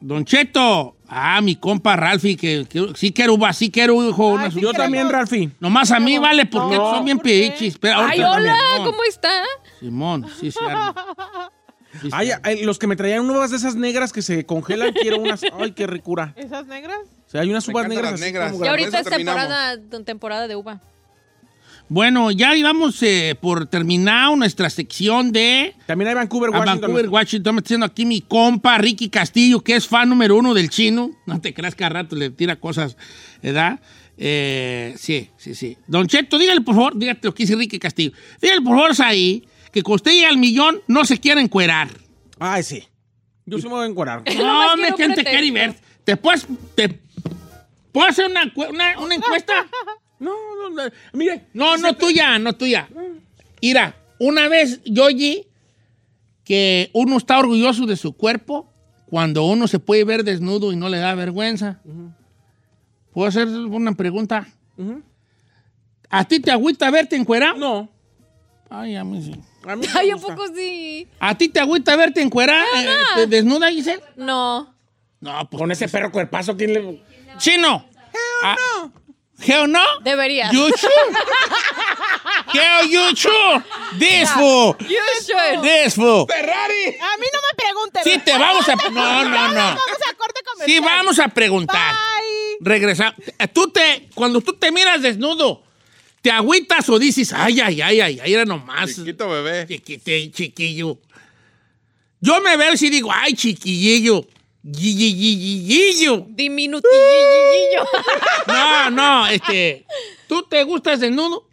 [SPEAKER 2] Don Cheto. Ah, mi compa Ralfi, que, que- sí quiero, uva, sí quiero, hijo. una
[SPEAKER 7] sí
[SPEAKER 2] su-
[SPEAKER 4] Yo también, Ralfi.
[SPEAKER 2] Nomás a mí, vale, porque
[SPEAKER 7] No.
[SPEAKER 2] son bien
[SPEAKER 7] ¿Por qué?
[SPEAKER 2] pedichis. Pero Eh, ahorita
[SPEAKER 3] Ay,
[SPEAKER 2] también.
[SPEAKER 3] hola,
[SPEAKER 2] Simón,
[SPEAKER 3] ¿cómo está?
[SPEAKER 2] Simón, sí, sí. arma. Sí, sí,
[SPEAKER 4] Ay,
[SPEAKER 2] arma.
[SPEAKER 4] ay, los que me traían uvas de esas negras que se congelan, quiero unas. Ay, qué ricura.
[SPEAKER 7] ¿Esas negras?
[SPEAKER 4] O sea, hay unas
[SPEAKER 5] Me
[SPEAKER 4] uvas
[SPEAKER 5] encantan
[SPEAKER 4] negras.
[SPEAKER 5] las
[SPEAKER 4] así
[SPEAKER 5] negras.
[SPEAKER 4] como
[SPEAKER 3] Y
[SPEAKER 5] Ya
[SPEAKER 4] grandes.
[SPEAKER 3] ahorita es
[SPEAKER 5] terminamos.
[SPEAKER 3] temporada, temporada de uva.
[SPEAKER 2] Bueno, ya íbamos eh, por terminar nuestra sección de
[SPEAKER 4] También hay Vancouver,
[SPEAKER 2] a
[SPEAKER 4] Washington.
[SPEAKER 2] Vancouver, Washington. Me está diciendo aquí mi compa Ricky Castillo, que es fan número uno del chino. No te creas que a rato le tira cosas, ¿verdad? Eh, sí, sí, sí. Don Cheto, dígale por favor, dígate lo que dice Ricky Castillo. Dígale por favor ahí que cuando usted llegue al millón no se quiera encuerar.
[SPEAKER 4] Ay, sí. Yo sí me voy a encuadrar.
[SPEAKER 2] No,
[SPEAKER 3] Nomás
[SPEAKER 2] me
[SPEAKER 3] quiero un
[SPEAKER 2] gente Kerry Bert.
[SPEAKER 3] pretexto.
[SPEAKER 2] Te puedes. Te, ¿Puedo hacer una, encue- una, una encuesta?
[SPEAKER 4] No, no, no. Mire,
[SPEAKER 2] No, no tuya, no tuya. Mira, una vez yo oí que uno está orgulloso de su cuerpo cuando uno se puede ver desnudo y no le da vergüenza. ¿Puedo hacer una pregunta? ¿A ti te agüita verte encuerado?
[SPEAKER 4] no.
[SPEAKER 2] Ay, a mí sí.
[SPEAKER 4] A mí no me
[SPEAKER 3] Ay, ¿a
[SPEAKER 4] gusta.
[SPEAKER 3] poco sí?
[SPEAKER 2] ¿A ti te agüita verte encuerada, eh, desnuda, Giselle?
[SPEAKER 3] No.
[SPEAKER 2] No, pues.
[SPEAKER 4] Con ese perro cuerpazo, ¿quién le...?
[SPEAKER 2] ¡Chino! Ah, ¿Hell no?
[SPEAKER 3] Deberías.
[SPEAKER 2] You sure? Hell you sure? This fool.
[SPEAKER 3] You should.
[SPEAKER 2] This fool.
[SPEAKER 8] ¡Ferrari!
[SPEAKER 7] A mí no me pregunten.
[SPEAKER 2] Sí te vamos a... No, no, no.
[SPEAKER 7] Vamos a corte comercial.
[SPEAKER 2] Sí vamos a preguntar.
[SPEAKER 7] Bye.
[SPEAKER 2] Regresar. Tú te... Cuando tú te miras desnudo, ¿te agüitas o dices, ay, ay, ay, ay, ay, era nomás?
[SPEAKER 5] Chiquito bebé.
[SPEAKER 2] Chiquite- chiquillo. Yo me veo y sí digo, ay, chiquillillo. Guillillo.
[SPEAKER 3] Diminutillo.
[SPEAKER 2] No, no, este. ¿Tú te gustas desnudo?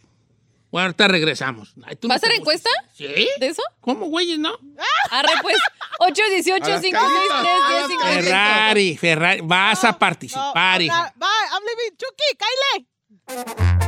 [SPEAKER 2] Bueno, ahorita regresamos. Ay, ¿tú
[SPEAKER 3] ¿Va
[SPEAKER 2] no
[SPEAKER 3] a
[SPEAKER 2] te
[SPEAKER 3] hacer
[SPEAKER 2] gustas?
[SPEAKER 3] encuesta?
[SPEAKER 2] ¿Sí?
[SPEAKER 3] ¿De eso?
[SPEAKER 2] ¿Cómo, güeyes, no?
[SPEAKER 3] Arre, pues. 818
[SPEAKER 5] A las
[SPEAKER 3] 563
[SPEAKER 5] caídas, a las
[SPEAKER 3] 1053
[SPEAKER 2] Ferrari, Ferrari, vas a
[SPEAKER 7] No,
[SPEAKER 2] participar, hija.
[SPEAKER 7] hola, Bye. I'm leaving. Chucky, Kyle.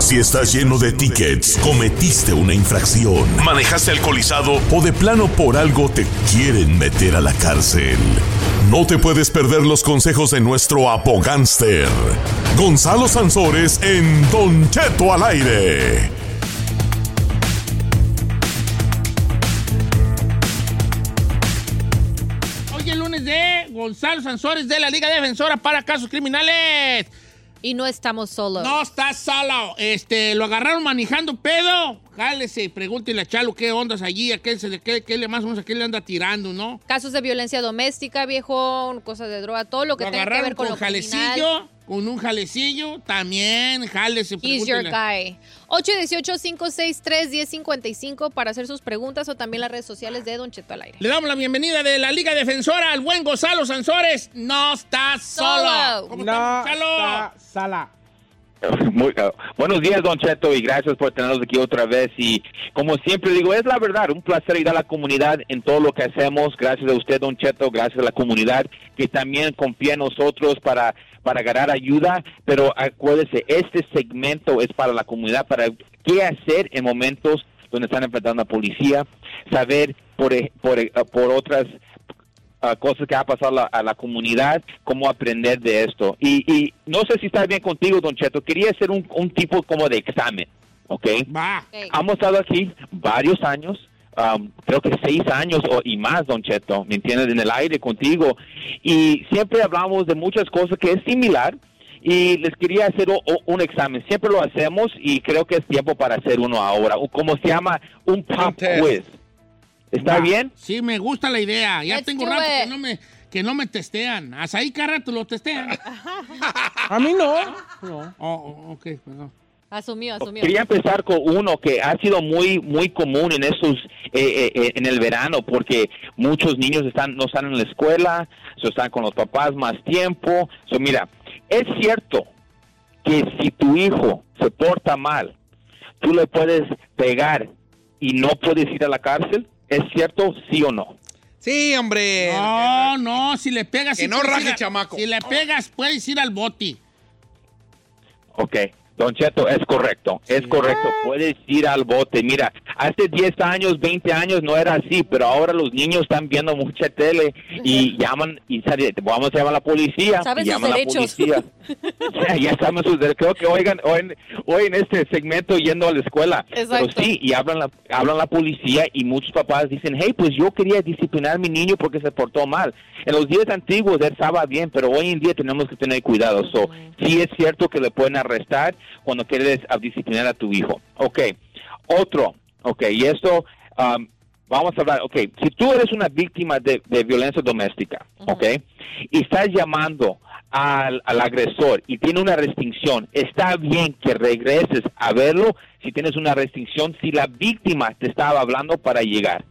[SPEAKER 9] Si estás lleno de tickets, cometiste una infracción, manejaste alcoholizado o de plano por algo te quieren meter a la cárcel. No te puedes perder los consejos de nuestro apogánster, Gonzalo Sansores en Don Cheto al aire.
[SPEAKER 2] Hoy el lunes de Gonzalo Sansores de la Liga Defensora para Casos Criminales.
[SPEAKER 3] Y no estamos solos.
[SPEAKER 2] No está solo. Este, lo agarraron manejando pedo. Jálese, pregúntele a Chalo qué ondas allí, a qué, se le, qué, qué le más o menos a qué le anda tirando, ¿no?
[SPEAKER 3] Casos de violencia doméstica, viejo, cosas de droga, todo lo que
[SPEAKER 2] Lo
[SPEAKER 3] tenga que
[SPEAKER 2] agarraron
[SPEAKER 3] ver con,
[SPEAKER 2] con
[SPEAKER 3] lo criminal.
[SPEAKER 2] jalecillo, con un jalecillo, también, jálese,
[SPEAKER 3] He's your
[SPEAKER 2] pregúntele.
[SPEAKER 3] guy. 818-563-1055 para hacer sus preguntas o también las redes sociales de Don Cheto al aire.
[SPEAKER 2] Le damos la bienvenida de la Liga Defensora al buen Gonzalo Sansores. No está solo.
[SPEAKER 3] Solo.
[SPEAKER 2] ¿Cómo
[SPEAKER 4] No,
[SPEAKER 2] estamos, Chalo?
[SPEAKER 4] está sala.
[SPEAKER 9] Muy, ah, buenos días, Don Cheto, y gracias por tenernos aquí otra vez. Y como siempre digo, es la verdad, un placer ayudar a la comunidad en todo lo que hacemos. Gracias a usted, Don Cheto, gracias a la comunidad que también confía en nosotros para, para ganar ayuda. Pero acuérdese, este segmento es para la comunidad, para qué hacer en momentos donde están enfrentando a la policía, saber por, e- por, e- por otras ah, cosas que ha pasado a la, a la comunidad, cómo aprender de esto. Y, y no sé si está bien contigo, Don Cheto, quería hacer un, un tipo como de examen, ¿ok? Hemos estado aquí varios años. um, creo que seis años o, y más, Don Cheto, ¿me entiendes? En el aire contigo. Y siempre hablamos de muchas cosas que es similar, y les quería hacer o- o- un examen. Siempre lo hacemos y creo que es tiempo para hacer uno ahora. O Como se llama un pop quiz. ¿Está
[SPEAKER 2] Va.
[SPEAKER 9] bien?
[SPEAKER 2] Ah, Sí, me gusta la idea. Ya
[SPEAKER 3] Let's
[SPEAKER 2] tengo
[SPEAKER 3] do
[SPEAKER 2] rato
[SPEAKER 3] it.
[SPEAKER 2] que no, me, que no me testean. Hasta ahí, cara, te lo testean.
[SPEAKER 4] A mí no.
[SPEAKER 2] No. Oh, oh, ok, perdón.
[SPEAKER 3] Asumió, asumió.
[SPEAKER 9] Quería empezar con uno que ha sido muy muy común en estos eh, eh, eh, en el verano porque muchos niños están no están en la escuela, so están con los papás más tiempo. So, mira, es cierto que si tu hijo se porta mal, tú le puedes pegar y no puedes ir a la cárcel. ¿Es cierto sí o no?
[SPEAKER 2] Sí, hombre. No, no, si le pegas.
[SPEAKER 8] Que
[SPEAKER 2] sí
[SPEAKER 8] no
[SPEAKER 2] puedes
[SPEAKER 8] raje,
[SPEAKER 2] ir a-
[SPEAKER 8] chamaco.
[SPEAKER 2] Si le pegas, puedes ir al boti.
[SPEAKER 9] Ok, Don Cheto, es correcto, es correcto. Puedes ir al bote. Mira, hace 10 años, 20 años no era así, pero ahora los niños están viendo mucha tele y llaman y sale- vamos a llamar a la policía.
[SPEAKER 10] Saben
[SPEAKER 9] y
[SPEAKER 10] sus
[SPEAKER 9] llaman a la
[SPEAKER 10] derechos.
[SPEAKER 9] policía. Ya- ya saben sus derechos. Creo que oigan, hoy en, hoy en este segmento yendo a la escuela.
[SPEAKER 10] Exacto.
[SPEAKER 9] Pero sí, y hablan la, hablan la policía y muchos papás dicen, hey, pues yo quería disciplinar a mi niño porque se portó mal. En los días antiguos él estaba bien, pero hoy en día tenemos que tener cuidado. So, sí es cierto que le pueden arrestar cuando quieres a- disciplinar a tu hijo. Ok, otro, ok, y esto... um, Vamos a hablar, ok, si tú eres una víctima de, de violencia doméstica, ok, y estás llamando al, al agresor y tiene una restricción, está bien que regreses a verlo si tienes una restricción, si la víctima te estaba hablando para llegar.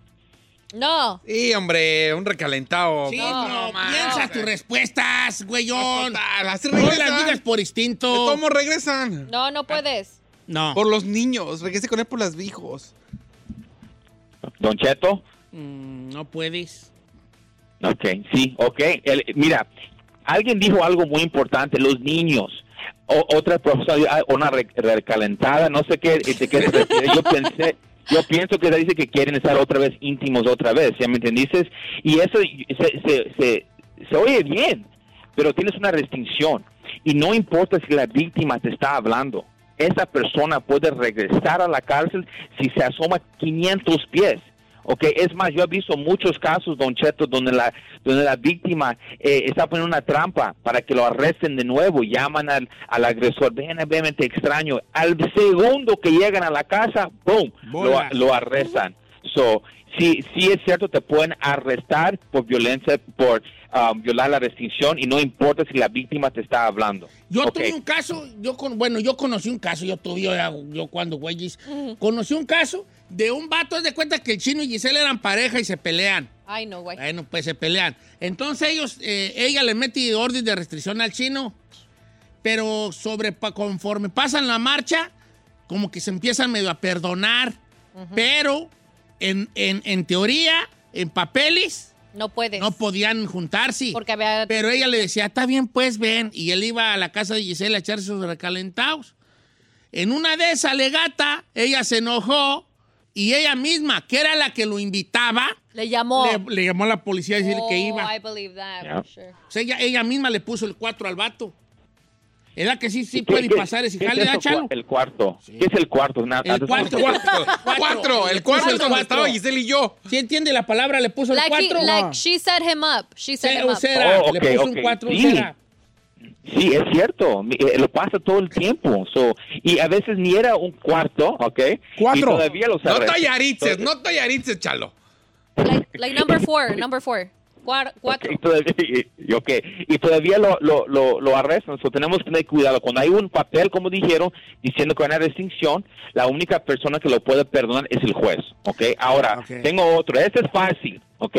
[SPEAKER 3] No.
[SPEAKER 8] Sí, hombre, un recalentado.
[SPEAKER 2] Sí, pero piensa tus respuestas, güeyón. No las digas por instinto.
[SPEAKER 8] ¿Cómo regresan?
[SPEAKER 3] No, no puedes.
[SPEAKER 2] No.
[SPEAKER 8] Por los niños. Regrese con él por los hijos.
[SPEAKER 9] Don Cheto,
[SPEAKER 2] Mm, no puedes.
[SPEAKER 9] ok, sí, ok. El- mira, alguien dijo algo muy importante, los niños. O- otra profesora, dijo, "Ah, una re- recalentada, no sé qué, de qué se refiere. Yo pensé... Yo pienso que dice que quieren estar otra vez íntimos otra vez, ¿ya me entendiste? Y eso se- se- se, se oye bien, pero tienes una restricción. Y no importa si la víctima te está hablando, esa persona puede regresar a la cárcel si se asoma 500 pies. ¿ok? Es más, yo he visto muchos casos, Don Cheto, donde la, donde la víctima eh, está poniendo una trampa para que lo arresten de nuevo. Llaman al, al agresor, ven, ven, te extraño. Al segundo que llegan a la casa, ¡boom! Lo,
[SPEAKER 10] Bolas.
[SPEAKER 9] lo arrestan. So, sí, sí es cierto, te pueden arrestar por violencia, por um, violar la restricción y no importa si la víctima te está hablando.
[SPEAKER 2] Yo
[SPEAKER 9] Ok.
[SPEAKER 2] tuve un caso, yo con, bueno, yo conocí un caso, yo tuve, yo, era- yo cuando güeyes, conocí un caso de un vato, haz de cuenta que el chino y Giselle eran pareja y se pelean.
[SPEAKER 3] Ay, no, güey.
[SPEAKER 2] Bueno, pues se pelean. Entonces ellos, eh, ella le mete orden de restricción al chino, pero sobre pa- conforme pasan la marcha, como que se empiezan medio a perdonar, pero en, en- en teoría, en papeles,
[SPEAKER 3] No puedes.
[SPEAKER 2] no podían juntarse.
[SPEAKER 3] Porque había...
[SPEAKER 2] Pero ella le decía, está bien, pues ven. Y él iba a la casa de Gisela a echarse sus recalentados. En una de esas legata, ella se enojó y ella misma, que era la que lo invitaba,
[SPEAKER 3] Le llamó.
[SPEAKER 2] le, le llamó a la policía a decir que
[SPEAKER 3] Oh,
[SPEAKER 2] iba.
[SPEAKER 3] I believe that,
[SPEAKER 2] Ya.
[SPEAKER 3] for sure.
[SPEAKER 2] O sea, ella, ella misma le puso el 4 al vato. ¿Era que sí, sí
[SPEAKER 9] ¿Qué-
[SPEAKER 2] puede
[SPEAKER 9] qué-
[SPEAKER 2] pasar ese
[SPEAKER 9] qué es
[SPEAKER 2] jale,
[SPEAKER 9] eso,
[SPEAKER 2] ¿verdad, Chalo?
[SPEAKER 9] cua- El cuarto. ¿Qué es el cuarto? Nada,
[SPEAKER 2] El
[SPEAKER 9] antes-
[SPEAKER 2] cuatro. Ah, Cuatro.
[SPEAKER 8] Cuatro, el cuarto es donde estaba Giselle
[SPEAKER 2] y yo. ¿Sí entiende la palabra? Le puso el
[SPEAKER 3] Like, he-
[SPEAKER 2] 4.
[SPEAKER 3] like she set him up. She set him up.
[SPEAKER 2] Usera,
[SPEAKER 9] Oh,
[SPEAKER 2] le
[SPEAKER 9] ok,
[SPEAKER 2] puso
[SPEAKER 9] ok,
[SPEAKER 2] un 4
[SPEAKER 9] sí. Sí, es cierto, mi- eh, lo pasa todo el tiempo. So, y a veces ni era un cuarto, ¿ok? Y
[SPEAKER 8] Cuatro.
[SPEAKER 9] todavía los
[SPEAKER 8] No
[SPEAKER 9] arrestan.
[SPEAKER 8] tallarices,
[SPEAKER 9] Entonces-
[SPEAKER 8] no tallarices, chalo.
[SPEAKER 3] Like number four, number four. Cuar- cuatro.
[SPEAKER 9] Y todavía, y- y- ok, y todavía lo, lo, lo, lo arrestan, so tenemos que tener cuidado. Cuando hay un papel, como dijeron, diciendo que hay una restricción, la única persona que lo puede perdonar es el juez, ok. Ahora, tengo otro, este es fácil, ok.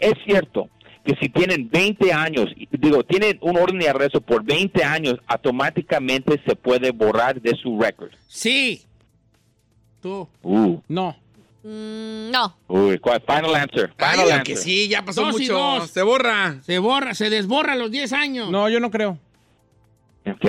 [SPEAKER 9] Es cierto que si tienen 20 años, y- digo, tienen un orden de arresto por 20 años, automáticamente se puede borrar de su récord.
[SPEAKER 2] Sí. Tú.
[SPEAKER 9] Uh,
[SPEAKER 4] No.
[SPEAKER 3] Mm, no.
[SPEAKER 9] uy, ¿cuál? final answer, final answer.
[SPEAKER 8] ya
[SPEAKER 9] pasó
[SPEAKER 2] Dos y
[SPEAKER 9] mucho.
[SPEAKER 2] dos.
[SPEAKER 8] Se borra.
[SPEAKER 2] Se borra, se desborra a los 10 años.
[SPEAKER 4] No, yo no creo.
[SPEAKER 9] Ok.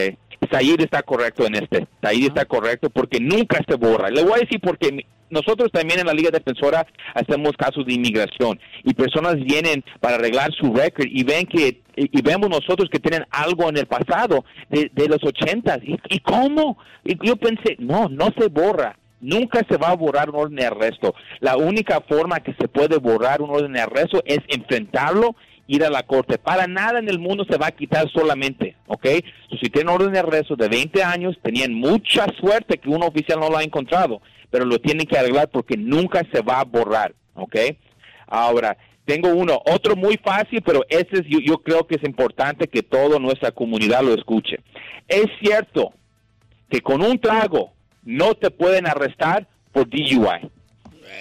[SPEAKER 9] Said está correcto en este. Said está correcto porque nunca se borra. Le voy a decir porque nosotros también en la Liga Defensora hacemos casos de inmigración y personas vienen para arreglar su récord y ven que y, y vemos nosotros que tienen algo en el pasado de, de los ochentas ¿Y, y cómo y yo pensé no no se borra Nunca se va a borrar un orden de arresto. La única forma que se puede borrar un orden de arresto es enfrentarlo, ir a la corte. Para nada en el mundo se va a quitar solamente, ¿ok? So, si tienen orden de arresto de 20 años, tenían mucha suerte que un oficial no lo ha encontrado, pero lo tienen que arreglar porque nunca se va a borrar, ¿ok? Ahora, tengo uno, otro muy fácil, pero este es, yo, yo creo que es importante que toda nuestra comunidad lo escuche. Es cierto que con un trago no te pueden arrestar por DUI.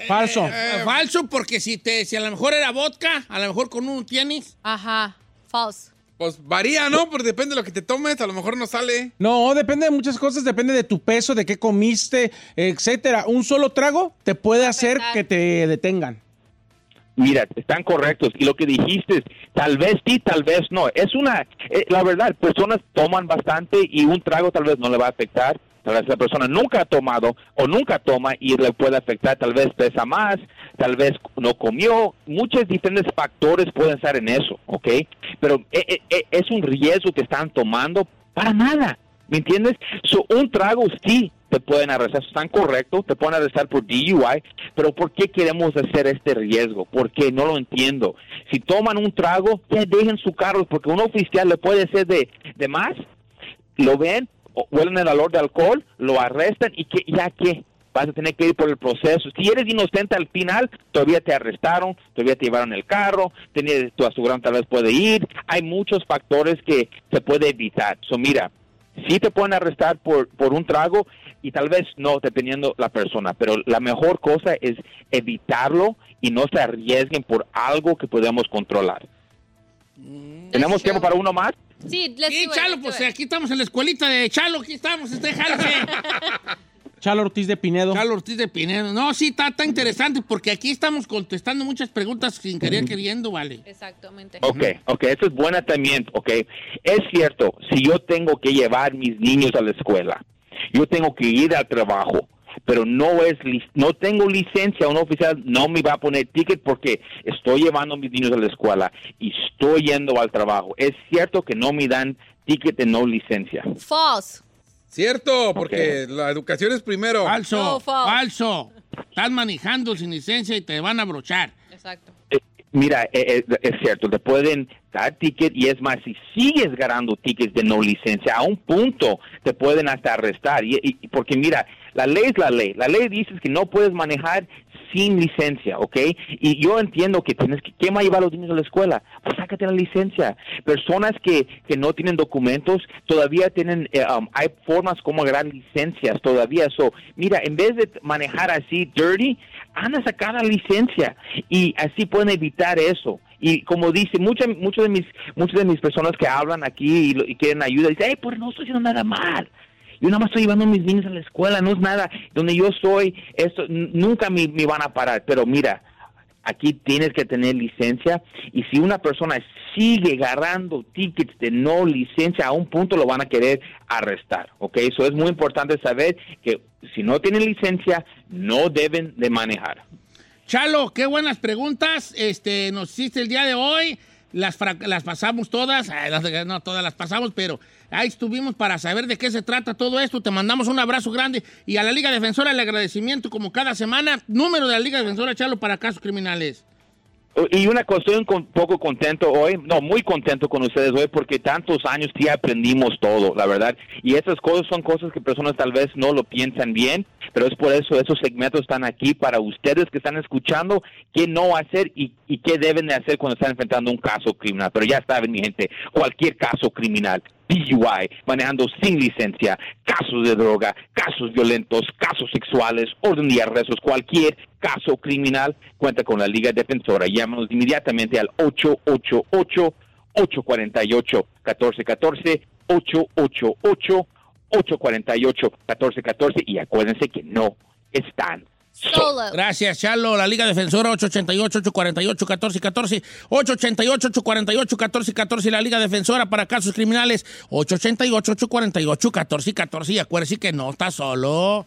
[SPEAKER 2] Falso. Eh, falso porque si te si a lo mejor era vodka, a lo mejor con un tienes.
[SPEAKER 3] Ajá, false.
[SPEAKER 8] Pues varía, ¿no? Porque depende de lo que te tomes, a lo mejor no sale.
[SPEAKER 4] No, depende de muchas cosas, depende de tu peso, de qué comiste, etcétera. Un solo trago te puede hacer que te detengan.
[SPEAKER 9] Mira, están correctos. Y lo que dijiste, tal vez sí, tal vez no. Es una, eh, la verdad, personas toman bastante y un trago tal vez no le va a afectar. Tal vez la persona nunca ha tomado o nunca toma y le puede afectar. Tal vez pesa más, tal vez no comió. Muchos diferentes factores pueden estar en eso, ¿ok? Pero eh, eh, eh, es un riesgo que están tomando para nada. ¿Me entiendes? So, un trago sí te pueden arrestar, están correctos, te pueden arrestar por DUI, pero ¿por qué queremos hacer este riesgo? Porque no lo entiendo. Si toman un trago, ya dejen su carro, porque un oficial le puede hacer de, de más, lo ven, o- huelen el olor de alcohol, lo arrestan y que, ya qué, vas a tener que ir por el proceso. Si eres inocente al final, todavía te arrestaron, todavía te llevaron el carro, tenías tu aseguranza tal vez puede ir, hay muchos factores que se puede evitar. So, mira, sí te pueden arrestar por, por un trago y tal vez no, dependiendo la persona, pero la mejor cosa es evitarlo y no se arriesguen por algo que podemos controlar. ¿Tenemos tiempo para uno más?
[SPEAKER 3] Sí,
[SPEAKER 2] sí Chalo, pues aquí estamos en la escuelita de Chalo, aquí estamos, este jálese.
[SPEAKER 4] Chalo Ortiz de Pinedo.
[SPEAKER 2] Chalo Ortiz de Pinedo. Eh, No, sí, está, está interesante porque aquí estamos contestando muchas preguntas sin querer queriendo, vale.
[SPEAKER 3] Exactamente.
[SPEAKER 9] Ok, ok, eso es buena también, ok. Es cierto, si yo tengo que llevar mis niños a la escuela, yo tengo que ir al trabajo, pero no es, lic- no tengo licencia, un oficial no me va a poner ticket porque estoy llevando a mis niños a la escuela y estoy yendo al trabajo. Es cierto que no me dan ticket de no licencia.
[SPEAKER 3] False.
[SPEAKER 8] Cierto, porque la educación es primero.
[SPEAKER 2] Falso,
[SPEAKER 3] No, false.
[SPEAKER 2] falso. Estás manejando sin licencia y te van a brochar.
[SPEAKER 3] Exacto.
[SPEAKER 9] Mira, eh, eh, es cierto, te pueden dar ticket y es más, si sigues ganando tickets de no licencia, a un punto te pueden hasta arrestar. Y, y- porque mira, la ley es la ley. La ley dice que no puedes manejar sin licencia, ¿ok? Y yo entiendo que tienes que, ¿quién va a llevar a los niños a la escuela? Pues sácate la licencia. Personas que, que no tienen documentos todavía tienen, eh, um, hay formas como agarrar licencias todavía. So, mira, en vez de manejar así dirty, han a sacar la licencia y así pueden evitar eso. Y como dice, muchas muchos de mis muchas de mis personas que hablan aquí y, lo- y quieren ayuda, dicen, hey, pues no estoy haciendo nada mal. Yo nada más estoy llevando a mis niños a la escuela, no es nada. Donde yo soy, esto, n- nunca me, me van a parar. Pero mira, aquí tienes que tener licencia y si una persona sigue agarrando tickets de no licencia, a un punto lo van a querer arrestar, ¿ok? Eso es muy importante saber que si no tienen licencia, no deben de manejar.
[SPEAKER 2] Chalo, qué buenas preguntas este, nos hiciste el día de hoy. Las, fra- las pasamos todas, Ay, no, te- no todas las pasamos, pero ahí estuvimos para saber de qué se trata todo esto. Te mandamos un abrazo grande y a la Liga Defensora el agradecimiento como cada semana. Número de la Liga Defensora, Chalo, para casos criminales.
[SPEAKER 9] Y una cosa, estoy un con- poco contento hoy, no, muy contento con ustedes hoy porque tantos años sí aprendimos todo, la verdad. Y esas cosas son cosas que personas tal vez no lo piensan bien, pero es por eso esos segmentos están aquí para ustedes que están escuchando qué no hacer y, y qué deben de hacer cuando están enfrentando un caso criminal. Pero ya saben, mi gente, cualquier caso criminal, DUI, manejando sin licencia, casos de droga, casos violentos, casos sexuales, orden de arrestos, cualquier caso criminal, cuenta con la Liga Defensora. Llámanos inmediatamente al 888-848-1414, 888-848-1414 y acuérdense que no están
[SPEAKER 3] Solo.
[SPEAKER 2] Gracias, Chalo. La Liga Defensora 888-848-1414. 888-848-1414. La Liga Defensora para casos criminales 888-848-1414. Y acuérdese que no está solo.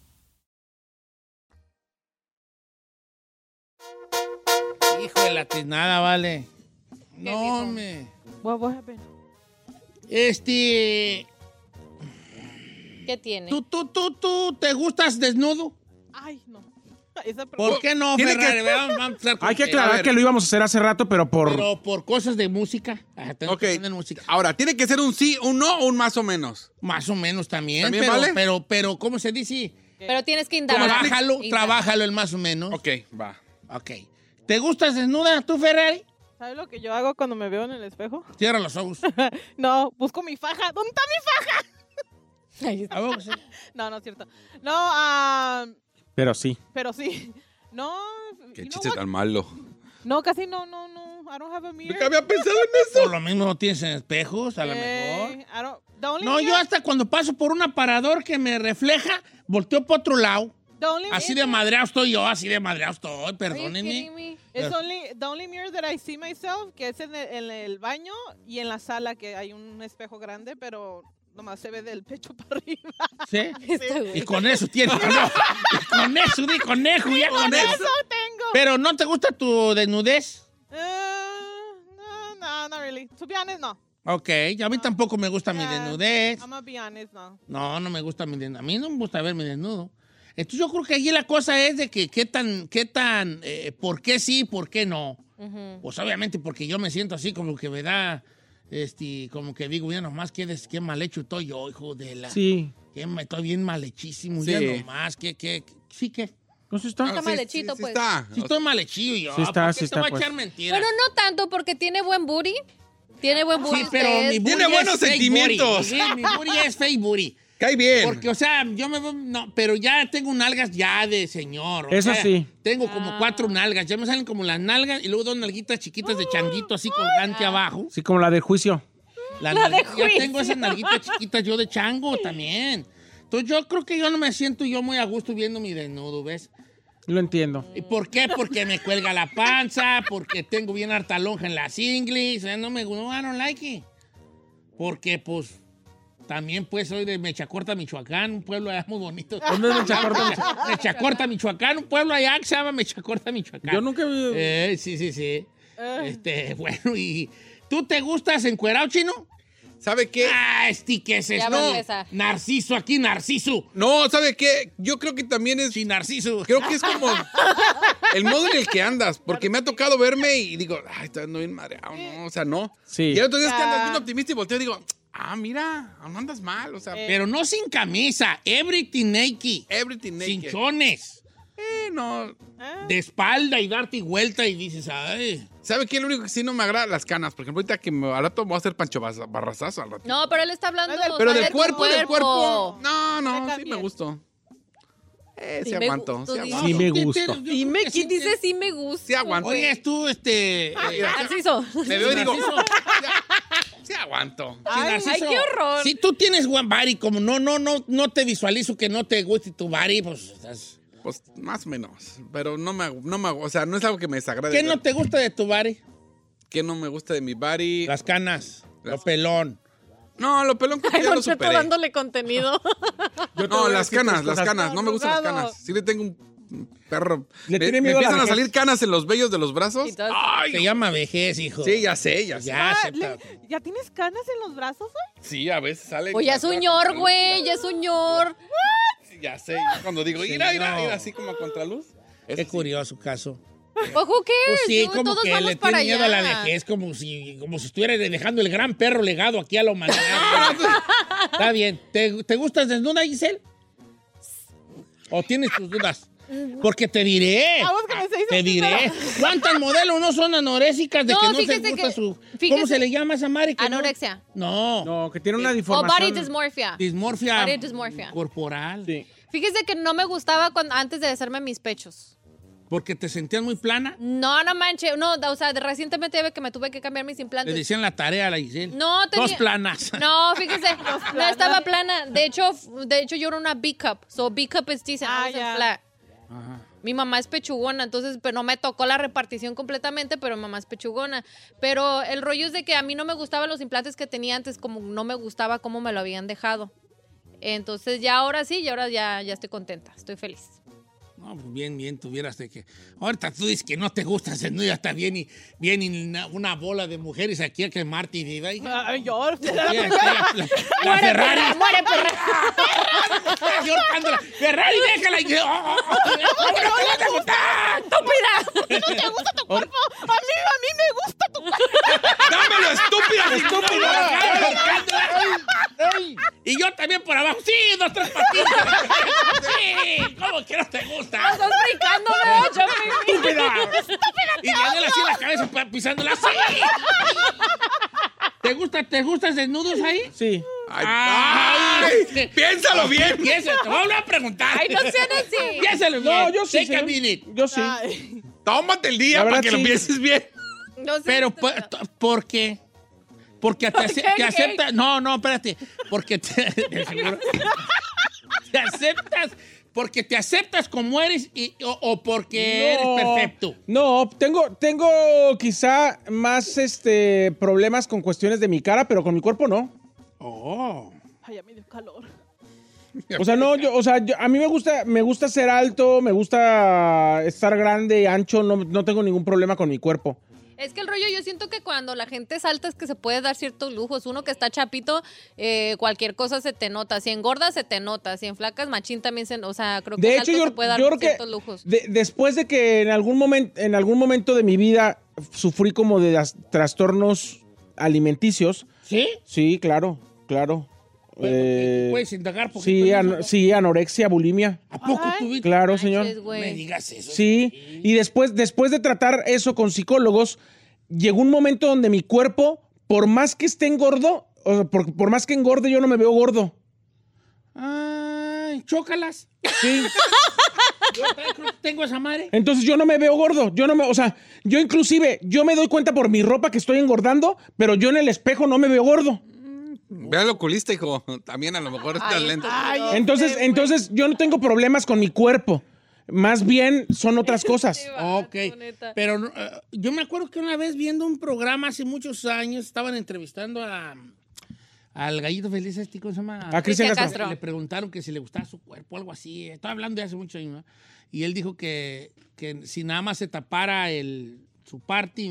[SPEAKER 2] Hijo de la tiznada, vale. No, me.
[SPEAKER 7] What, what happened?
[SPEAKER 2] Este.
[SPEAKER 3] ¿Qué tiene?
[SPEAKER 2] ¿Tú, tú, tú, tú te gustas desnudo?
[SPEAKER 7] Ay, no. Esa
[SPEAKER 2] ¿Por qué no,
[SPEAKER 7] Tiene que-
[SPEAKER 2] Ferrari? Veamos, vamos a empezar con
[SPEAKER 4] Hay que
[SPEAKER 2] usted. A
[SPEAKER 4] aclarar
[SPEAKER 2] ver,
[SPEAKER 4] que lo íbamos a hacer hace rato, pero por...
[SPEAKER 2] Pero por cosas de música. Ah, tengo que poner música.
[SPEAKER 8] Ahora, ¿tiene que ser un sí, un no o un más o menos?
[SPEAKER 2] Más o menos también.
[SPEAKER 8] ¿También
[SPEAKER 2] pero,
[SPEAKER 8] vale?
[SPEAKER 2] pero, pero, ¿cómo se dice?
[SPEAKER 3] Pero tienes que indagar.
[SPEAKER 2] Trabájalo,
[SPEAKER 3] Indagar.
[SPEAKER 2] trabájalo el más o menos.
[SPEAKER 8] Ok, va.
[SPEAKER 2] Ok. ¿Te gustas desnuda tú, Ferrari?
[SPEAKER 7] ¿Sabes lo que yo hago cuando me veo en el espejo?
[SPEAKER 2] Cierra los ojos.
[SPEAKER 7] No, busco mi faja. ¿Dónde está mi faja?
[SPEAKER 2] Ah, A ver, sí.
[SPEAKER 7] No, no es cierto. No, ah,
[SPEAKER 4] Pero sí.
[SPEAKER 7] pero sí. No,
[SPEAKER 8] Qué chiste tan malo.
[SPEAKER 7] no, casi no, no, no. I don't have a mirror.
[SPEAKER 8] pensado en
[SPEAKER 2] eso. Por lo mismo no tienes en espejos, a lo mejor.
[SPEAKER 7] Eh, I don't- the only
[SPEAKER 2] No,
[SPEAKER 7] mirror-
[SPEAKER 2] yo hasta cuando paso por un aparador que me refleja, volteo para otro lado.
[SPEAKER 7] the only
[SPEAKER 2] Así
[SPEAKER 7] mirror-
[SPEAKER 2] de madreado estoy yo, así de madreado estoy,
[SPEAKER 7] Are you
[SPEAKER 2] perdónenme.
[SPEAKER 7] kidding me? It's only the only mirror that I see myself que es en el, en el baño y en la sala que hay un espejo grande, pero nomás se ve del pecho para arriba.
[SPEAKER 2] ¿Sí?
[SPEAKER 7] Este güey.
[SPEAKER 2] Y con eso tienes. no, y con eso, di conejo, ya
[SPEAKER 7] Con
[SPEAKER 2] con eso.
[SPEAKER 7] eso tengo.
[SPEAKER 2] Pero no te gusta tu desnudez.
[SPEAKER 7] Eh, no, no, not really. To be honest, no.
[SPEAKER 2] Ok, a mí tampoco me gusta mi desnudez.
[SPEAKER 7] I'm gonna be honest, no.
[SPEAKER 2] No, no me gusta mi desnudo. A mí no me gusta verme desnudo. Entonces yo creo que allí la cosa es de que qué tan, qué tan, eh, por qué sí, por qué no. Pues obviamente porque yo me siento así como que me da, este, como que digo, ya nomás, qué, des- qué mal hecho estoy yo, hijo de la...
[SPEAKER 4] Sí.
[SPEAKER 2] Que me- estoy bien mal hechísimo,
[SPEAKER 4] Sí.
[SPEAKER 2] ya nomás, que, que, sí que...
[SPEAKER 4] No, sí está.
[SPEAKER 3] Está
[SPEAKER 8] Ah,
[SPEAKER 3] mal hechito, pues.
[SPEAKER 2] Sí estoy mal hechillo yo.
[SPEAKER 4] Ah,
[SPEAKER 2] ¿ah?
[SPEAKER 4] Sí está,
[SPEAKER 2] ¿por qué
[SPEAKER 4] sí
[SPEAKER 2] te
[SPEAKER 4] está,
[SPEAKER 2] voy a
[SPEAKER 4] pues.
[SPEAKER 2] echar mentiras?
[SPEAKER 3] Bueno, no tanto porque tiene buen booty. Tiene buen booty.
[SPEAKER 2] Sí, pero mi booty
[SPEAKER 8] Tiene
[SPEAKER 2] es
[SPEAKER 8] buenos
[SPEAKER 2] fake
[SPEAKER 8] sentimientos.
[SPEAKER 2] booty. Sí, mi booty es fake booty.
[SPEAKER 8] Cae bien.
[SPEAKER 2] Porque, o sea, yo me veo. No, pero ya tengo nalgas ya de señor. o
[SPEAKER 4] Eso
[SPEAKER 2] sea,
[SPEAKER 4] sí.
[SPEAKER 2] Tengo como cuatro nalgas. Ya me salen como las nalgas y luego dos nalguitas chiquitas de changuito así
[SPEAKER 8] Ah.
[SPEAKER 2] colgante abajo.
[SPEAKER 4] Sí, como la del juicio.
[SPEAKER 2] La
[SPEAKER 4] La de
[SPEAKER 2] nalga- Yo tengo
[SPEAKER 4] juicio.
[SPEAKER 2] esas nalguitas chiquitas yo de chango también. Entonces yo creo que yo no me siento yo muy a gusto viendo mi desnudo, ¿ves?
[SPEAKER 4] Lo entiendo.
[SPEAKER 2] ¿Y por qué? Porque me cuelga la panza, porque tengo bien harta lonja en las inglis. eh, No me gusta, no, I don't like it. Porque, pues, también, pues, soy de Mechacorta, Michoacán, un pueblo allá muy bonito.
[SPEAKER 4] ¿Dónde es Mechacorta, Michoacán?
[SPEAKER 2] Mechacorta, Michoacán, un pueblo allá que se llama Mechacorta, Michoacán.
[SPEAKER 4] Yo nunca vi-
[SPEAKER 2] Eh, sí, sí, sí.
[SPEAKER 4] Ah.
[SPEAKER 2] Este, bueno, y... ¿Tú te gustas encuerado, chino?
[SPEAKER 8] ¿Sabe qué?
[SPEAKER 2] Ah, este, ¿qué es
[SPEAKER 8] Ya
[SPEAKER 2] esto?
[SPEAKER 8] va a empezar.
[SPEAKER 2] Narciso aquí, Narciso.
[SPEAKER 8] No, ¿sabe qué? Yo creo que también es.
[SPEAKER 2] Sí, Narciso.
[SPEAKER 8] Creo que es como el modo en el que andas, porque me ha tocado verme y digo, ay, estoy andando bien mareado, ¿no? O sea, no.
[SPEAKER 4] Sí.
[SPEAKER 8] Y el otro día es que andas
[SPEAKER 2] Ah.
[SPEAKER 8] bien optimista y volteo y digo, ah, mira, no andas mal, o sea.
[SPEAKER 2] Pero no sin camisa, everything naked.
[SPEAKER 8] Everything naked.
[SPEAKER 2] Cinchones.
[SPEAKER 8] Eh, no.
[SPEAKER 3] Ah.
[SPEAKER 2] De espalda y darte vuelta y dices, ay.
[SPEAKER 8] ¿Sabe qué? Lo único que sí no me agrada las canas. Por ejemplo, ahorita que me al rato me voy a hacer pancho Barraza- barrazazo al rato.
[SPEAKER 3] No, pero él está hablando.
[SPEAKER 8] Pero
[SPEAKER 3] o sea,
[SPEAKER 8] del
[SPEAKER 3] tu
[SPEAKER 8] cuerpo, del cuerpo. No, no, sí me gustó. Eh,
[SPEAKER 3] Sí
[SPEAKER 8] sí
[SPEAKER 3] me
[SPEAKER 8] aguanto.
[SPEAKER 3] gustó,
[SPEAKER 8] Sí
[SPEAKER 3] dice.
[SPEAKER 8] aguanto.
[SPEAKER 3] Sí me
[SPEAKER 4] gusto.
[SPEAKER 3] Y me ¿Quién dice sí me gusta?
[SPEAKER 8] Sí aguanto.
[SPEAKER 2] Oye, tú, este. eh,
[SPEAKER 3] Narciso.
[SPEAKER 8] Ah, Me veo y digo,
[SPEAKER 2] Narciso.
[SPEAKER 8] sí aguanto.
[SPEAKER 2] Sí, Narciso,
[SPEAKER 3] ay, qué horror.
[SPEAKER 2] Si tú tienes one body, como no, no, no, no te visualizo que no te guste tu body, pues estás.
[SPEAKER 8] Pues más o menos. Pero no me, hago- no me hago- o sea, no es algo que me desagrade.
[SPEAKER 2] ¿Qué no te gusta de tu body?
[SPEAKER 8] ¿Qué no me gusta de mi body?
[SPEAKER 2] Las canas, lo pelón.
[SPEAKER 8] No, lo pelón creo que
[SPEAKER 3] Ay,
[SPEAKER 8] ya lo
[SPEAKER 3] Don Cheto,
[SPEAKER 8] superé.
[SPEAKER 3] dándole contenido.
[SPEAKER 8] no, las canas, las
[SPEAKER 4] cosas.
[SPEAKER 8] canas. No me gustan las
[SPEAKER 3] Arrugado.
[SPEAKER 8] canas. Sí le tengo un perro.
[SPEAKER 4] Le
[SPEAKER 8] me,
[SPEAKER 4] tiene
[SPEAKER 8] me
[SPEAKER 4] miedo a la
[SPEAKER 8] empiezan a
[SPEAKER 4] vejez.
[SPEAKER 8] salir canas en los vellos de los brazos.
[SPEAKER 3] todas-
[SPEAKER 8] Ay,
[SPEAKER 2] Se llama vejez, hijo.
[SPEAKER 8] Sí, ya sé, ya sé.
[SPEAKER 2] Ya,
[SPEAKER 7] Ah,
[SPEAKER 2] acepta.
[SPEAKER 7] le- ¿Ya tienes canas en los brazos, güey?
[SPEAKER 8] Sí, a veces sale.
[SPEAKER 3] Pues ya es un ñor, güey. Ya es un ñor.
[SPEAKER 8] ya sé. yo Cuando digo,
[SPEAKER 2] Sí,
[SPEAKER 8] ira, ira,
[SPEAKER 2] no.
[SPEAKER 8] ira, así como a contraluz.
[SPEAKER 2] Qué curioso caso.
[SPEAKER 3] Pues, who cares?
[SPEAKER 2] Pues sí,
[SPEAKER 3] Dude,
[SPEAKER 2] como
[SPEAKER 3] todos
[SPEAKER 2] que
[SPEAKER 3] vamos
[SPEAKER 2] le
[SPEAKER 3] para
[SPEAKER 2] tiene miedo a la
[SPEAKER 3] allá.
[SPEAKER 2] vejez, como si, como si estuviera dejando el gran perro legado aquí a la humanidad. Está bien. ¿Te, te gustas desnuda, Giselle? ¿O tienes tus dudas? Porque te diré.
[SPEAKER 3] Ah,
[SPEAKER 7] I was gonna say
[SPEAKER 2] Te
[SPEAKER 7] something,
[SPEAKER 2] diré.
[SPEAKER 7] pero-
[SPEAKER 2] ¿Cuántas modelos no son anorésicas de
[SPEAKER 3] No,
[SPEAKER 2] que no se
[SPEAKER 3] fíjese
[SPEAKER 2] gusta
[SPEAKER 3] que-
[SPEAKER 2] su. ¿Cómo
[SPEAKER 3] fíjese-
[SPEAKER 2] se le llama esa madre? que no-
[SPEAKER 3] Anorexia.
[SPEAKER 2] No.
[SPEAKER 4] No, que tiene una
[SPEAKER 3] O
[SPEAKER 4] deformación.
[SPEAKER 3] Eh, oh, body dysmorphia.
[SPEAKER 2] Dismorfia.
[SPEAKER 3] Body dysmorphia.
[SPEAKER 2] Corporal.
[SPEAKER 3] Fíjese que no me gustaba cuando, antes de hacerme mis pechos.
[SPEAKER 2] Porque te sentías muy plana.
[SPEAKER 3] No, no manches. No, o sea, de- recientemente ya ve que me tuve que cambiar mis implantes.
[SPEAKER 2] Le decían la tarea a la Giselle.
[SPEAKER 3] No, tenía...
[SPEAKER 2] Dos planas.
[SPEAKER 3] No, fíjese, no estaba plana. De hecho, de hecho yo era una B cup. So B cup es decent, I wasn't flat. Mi mamá es pechugona, entonces pero no me tocó la repartición completamente, pero mi mamá es pechugona. Pero el rollo es de que a mí no me gustaban los implantes que tenía antes, como no me gustaba cómo me lo habían dejado. Entonces ya ahora sí, y ahora ya, ya estoy contenta, estoy feliz.
[SPEAKER 2] No, pues bien, bien, tuvieras de que. Ahorita tú dices que no te gustas desnuda, está bien y bien y una, una bola de mujeres aquí a quemarte y diga, "Ay,
[SPEAKER 7] Ay, yo,
[SPEAKER 2] la,
[SPEAKER 7] la primera.
[SPEAKER 2] la- la Ferrari.
[SPEAKER 3] ¡Muere, perra!
[SPEAKER 2] Ferrari, ahorcándola. Ferrari, déjala. Y, oh, oh, oh, ¡Cómo no te vas a gustar!
[SPEAKER 3] ¡Estúpida!
[SPEAKER 7] no te gusta tu cuerpo. A mí, a mí me gusta tu cuerpo.
[SPEAKER 8] ¡Dámelo, estúpida!
[SPEAKER 2] ¡Estúpida!
[SPEAKER 8] ¡Estúpida!
[SPEAKER 2] Y yo también por abajo. ¡Sí, dos, tres patitas! ¡Sí! ¿Cómo que no te gusta?
[SPEAKER 3] Estás brincándome, yo me-
[SPEAKER 2] ¡Estúpida! Y Daniel así en la cabeza pa- pisándola. ¡Sí! ¿Te gusta, ¿Te gustas desnudos ahí?
[SPEAKER 4] Sí.
[SPEAKER 8] Ay,
[SPEAKER 2] Ay,
[SPEAKER 8] ay, piénsalo bien.
[SPEAKER 2] Piensa, te voy a volver a preguntar.
[SPEAKER 3] Ay, no sean así.
[SPEAKER 2] Piénsalo
[SPEAKER 4] No,
[SPEAKER 2] bien.
[SPEAKER 4] yo sí.
[SPEAKER 2] Take a
[SPEAKER 4] señor.
[SPEAKER 2] minute.
[SPEAKER 4] Yo sí.
[SPEAKER 7] Ay,
[SPEAKER 8] Tómate el día
[SPEAKER 4] La verdad,
[SPEAKER 8] para que lo
[SPEAKER 4] sí.
[SPEAKER 8] pienses bien.
[SPEAKER 3] No sé.
[SPEAKER 2] Pero, po- to- ¿por qué? Porque te, ace-
[SPEAKER 3] qué,
[SPEAKER 2] te
[SPEAKER 3] Jake?
[SPEAKER 2] acepta. No, no, espérate. Porque te. de seguro. te aceptas. Porque te aceptas como eres y- o, o porque
[SPEAKER 4] No.
[SPEAKER 2] eres perfecto.
[SPEAKER 4] No, tengo, tengo quizá más este, problemas con cuestiones de mi cara, pero con mi cuerpo no.
[SPEAKER 2] Oh.
[SPEAKER 7] ay, ya me dio calor.
[SPEAKER 4] O sea, no, yo, o sea, yo- a mí me gusta, me gusta ser alto, me gusta estar grande, ancho, no, no tengo ningún problema con mi cuerpo.
[SPEAKER 3] Es que el rollo, yo siento que cuando la gente es alta es que se puede dar ciertos lujos. Uno que está chapito, eh, cualquier cosa se te nota. Si engorda, se te nota. Si en flacas, machín también se... O sea, creo que
[SPEAKER 4] De
[SPEAKER 3] en
[SPEAKER 4] hecho,
[SPEAKER 3] alto
[SPEAKER 4] yo,
[SPEAKER 3] se puede dar
[SPEAKER 4] yo creo que
[SPEAKER 3] ciertos lujos.
[SPEAKER 4] de- después de que en algún, momento, en algún momento de mi vida sufrí como de las- trastornos alimenticios,
[SPEAKER 2] ¿Sí?
[SPEAKER 4] sí, claro, claro. Eh,
[SPEAKER 2] Puedes indagar porque.
[SPEAKER 4] sí, ano- sí, anorexia, bulimia.
[SPEAKER 2] ¿A poco tuviste?
[SPEAKER 4] Claro,
[SPEAKER 3] Manches,
[SPEAKER 4] señor.
[SPEAKER 2] No me
[SPEAKER 3] güey.
[SPEAKER 2] digas eso.
[SPEAKER 4] Sí, y después, después de tratar eso con psicólogos, llegó un momento donde mi cuerpo, por más que esté engordo, o sea, por, por más que engorde, yo no me veo gordo.
[SPEAKER 2] Ay, chócalas.
[SPEAKER 4] Sí.
[SPEAKER 2] Yo creo que tengo esa madre.
[SPEAKER 4] Entonces yo no me veo gordo. Yo no me, o sea, yo inclusive, yo me doy cuenta por mi ropa que estoy engordando, pero yo en el espejo no me veo gordo.
[SPEAKER 8] Ve al oculista, hijo. También a lo mejor está lento.
[SPEAKER 4] Entonces, entonces yo no tengo problemas con mi cuerpo. Más bien son otras cosas.
[SPEAKER 2] Ok,
[SPEAKER 3] Vato, neta.
[SPEAKER 2] pero no, eh, yo me acuerdo que una vez viendo un programa hace muchos años, estaban entrevistando a, al gallito feliz este, ¿cómo se llama?
[SPEAKER 4] A Cristian
[SPEAKER 3] Cristian
[SPEAKER 4] Castro.
[SPEAKER 3] Castro.
[SPEAKER 2] Le preguntaron que si le gustaba su cuerpo, algo así. eh, Estaba hablando de hace muchos años, ¿no? Y él dijo que, que si nada más se tapara el, su party,